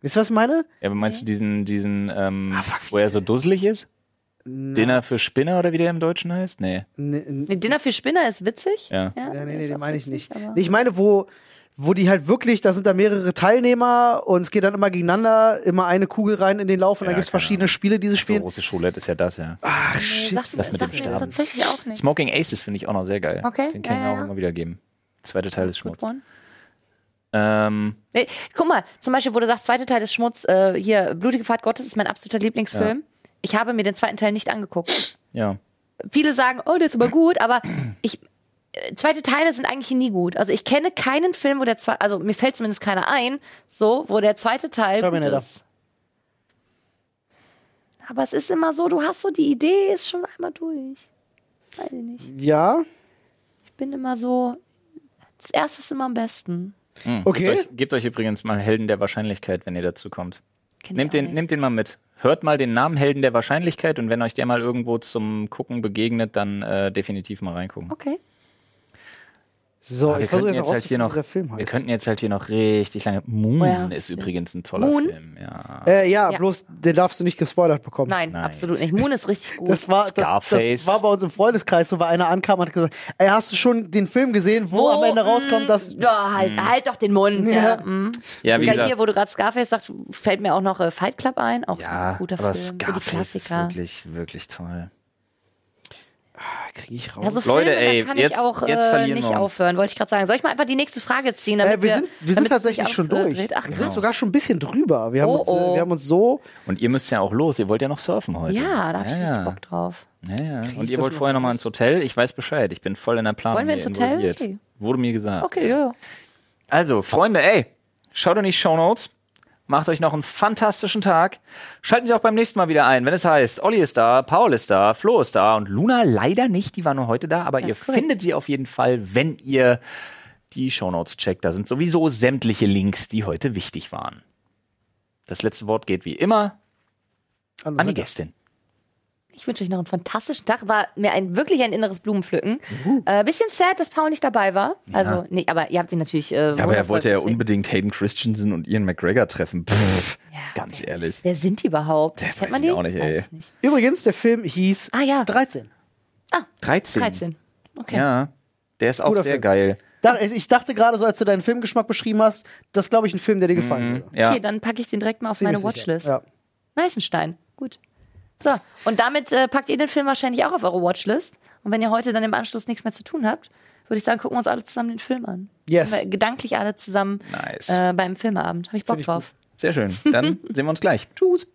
Wisst ihr, was ich meine? Ja, aber meinst du diesen, diesen ähm, Ah, fuck, wie wo er ist so dusselig ist? Dinner für Spinner oder wie der im Deutschen heißt? Nee. N- n- Nee, Dinner für Spinner ist witzig. Ja. Ja, nee, ist nee, den auch meine ich witzig, nicht. aber- Nee, ich meine, wo, wo die halt wirklich, da sind da mehrere Teilnehmer und es geht dann immer gegeneinander, immer eine Kugel rein in den Lauf und Ja, dann gibt es keine verschiedene Ahnung. Spiele, die sie So spielen. russische Roulette ist ja das, ja. Ach, Nee, shit. sagt mir- das mit dem sagt mir jetzt Sterben. tatsächlich auch nichts. Smoking Aces finde ich auch noch sehr geil. Okay, Den kann ja, ich ja, auch ja. immer wieder geben. Zweiter Teil ist Good Schmutz. one. Ähm, Nee, Äh, guck mal, zum Beispiel, wo du sagst, zweiter Teil ist Schmutz. Äh, hier, Blutige Fahrt Gottes ist mein absoluter Lieblingsfilm. Ich habe mir den zweiten Teil nicht angeguckt. ja. Viele sagen, oh, der ist aber gut, aber ich. äh, Zweite Teile sind eigentlich nie gut. Also ich kenne keinen Film, wo der zweite, also mir fällt zumindest keiner ein, so, wo der zweite Teil Terminator. gut ist. Aber es ist immer so, du hast so die Idee, ist schon einmal durch. Weiß ich nicht. Ja, bin immer so, das erste ist immer am besten. Hm. Okay. Gebt euch, gebt euch übrigens mal Helden der Wahrscheinlichkeit, wenn ihr dazu kommt. Kenn Nehmt ich auch den, nicht. nehmt den mal mit. Hört mal den Namen Helden der Wahrscheinlichkeit und wenn euch der mal irgendwo zum Gucken begegnet, dann äh, definitiv mal reingucken. Okay. so, Ah, wir ich versuche könnten jetzt jetzt halt hier herauszufinden, noch- wie der Film heißt. Wir könnten jetzt halt hier noch richtig lange. Moon Oh ja. ist übrigens ein toller Moon? Film. Ja. äh, ja, Ja. bloß den darfst du nicht gespoilert bekommen. Nein, Nein. absolut nicht. Moon ist richtig gut. Das war, das, das Scarface. war bei uns im Freundeskreis so, weil einer ankam und hat gesagt, ey, hast du schon den Film gesehen, wo, am Ende rauskommt, mm, dass... Ja, halt, halt doch den Mund. Ja, Ja. mm. Ja, wie Sogar gesagt- hier, wo du gerade Scarface sagst, fällt mir auch noch äh, Fight Club ein. Auch Ja, ein guter Film. aber so die Scarface ist Klassiker. wirklich, wirklich toll. Krieg ich raus. Ja, so Leute, Filme, ey, da kann ich jetzt- auch jetzt äh, verlieren nicht wir uns. aufhören, wollte ich gerade sagen. Soll ich mal einfach die nächste Frage ziehen? Damit äh, wir sind, wir sind damit es tatsächlich nicht schon auf- äh, durch. dreht? Ach, wir genau. sind sogar schon ein bisschen drüber. Wir haben, Oh, uns, äh, oh. wir haben uns so... Und ihr müsst ja auch los, ihr wollt ja noch surfen heute. Ja, da hab ich ja, richtig ja. Bock drauf. Ja, ja. ich Und ihr das wollt noch vorher nochmal raus? ins Hotel? Ich weiß Bescheid, ich bin voll in der Planung. Wollen wir ins hier Hotel? involviert. Okay. Wurde mir gesagt. Okay, ja. Also, Freunde, ey, schaut in die Shownotes. Macht euch noch einen fantastischen Tag. Schalten Sie auch beim nächsten Mal wieder ein, wenn es heißt, Olli ist da, Paul ist da, Flo ist da und Luna leider nicht, die war nur heute da, aber ihr ist korrekt. findet sie auf jeden Fall, wenn ihr die Shownotes checkt. Da sind sowieso sämtliche Links, die heute wichtig waren. Das letzte Wort geht wie immer an die Gästin. Ich wünsche euch noch einen fantastischen Tag. War mir ein, wirklich ein inneres Blumenpflücken. Äh, bisschen sad, dass Paul nicht dabei war. Also, nee, aber ihr habt ihn natürlich. Äh, Ja, aber er wundervoll wollte ja vertreten. unbedingt Hayden Christensen und Ian McGregor treffen. Pff, ganz ehrlich. Wer sind die überhaupt? Kennt weiß man ich die? auch nicht, ey. Weiß ich nicht. Übrigens, der Film hieß Ah ja, 13. 13. 13. Okay. Ja, der ist auch Guter sehr Film. geil. Da, ich dachte gerade so, als du deinen Filmgeschmack beschrieben hast, das ist, glaube ich, ein Film, der dir gefallen würde. Ja. Okay, dann packe ich den direkt mal auf Ziemlich meine sicher. Watchlist. Ja. Neißenstein. Gut. So, und damit äh, packt ihr den Film wahrscheinlich auch auf eure Watchlist. Und wenn ihr heute dann im Anschluss nichts mehr zu tun habt, würde ich sagen, gucken wir uns alle zusammen den Film an. Yes. Sind wir Gedanklich alle zusammen Nice. äh, beim Filmabend. Habe ich Bock drauf. Sehr schön. Dann sehen wir uns gleich. Tschüss.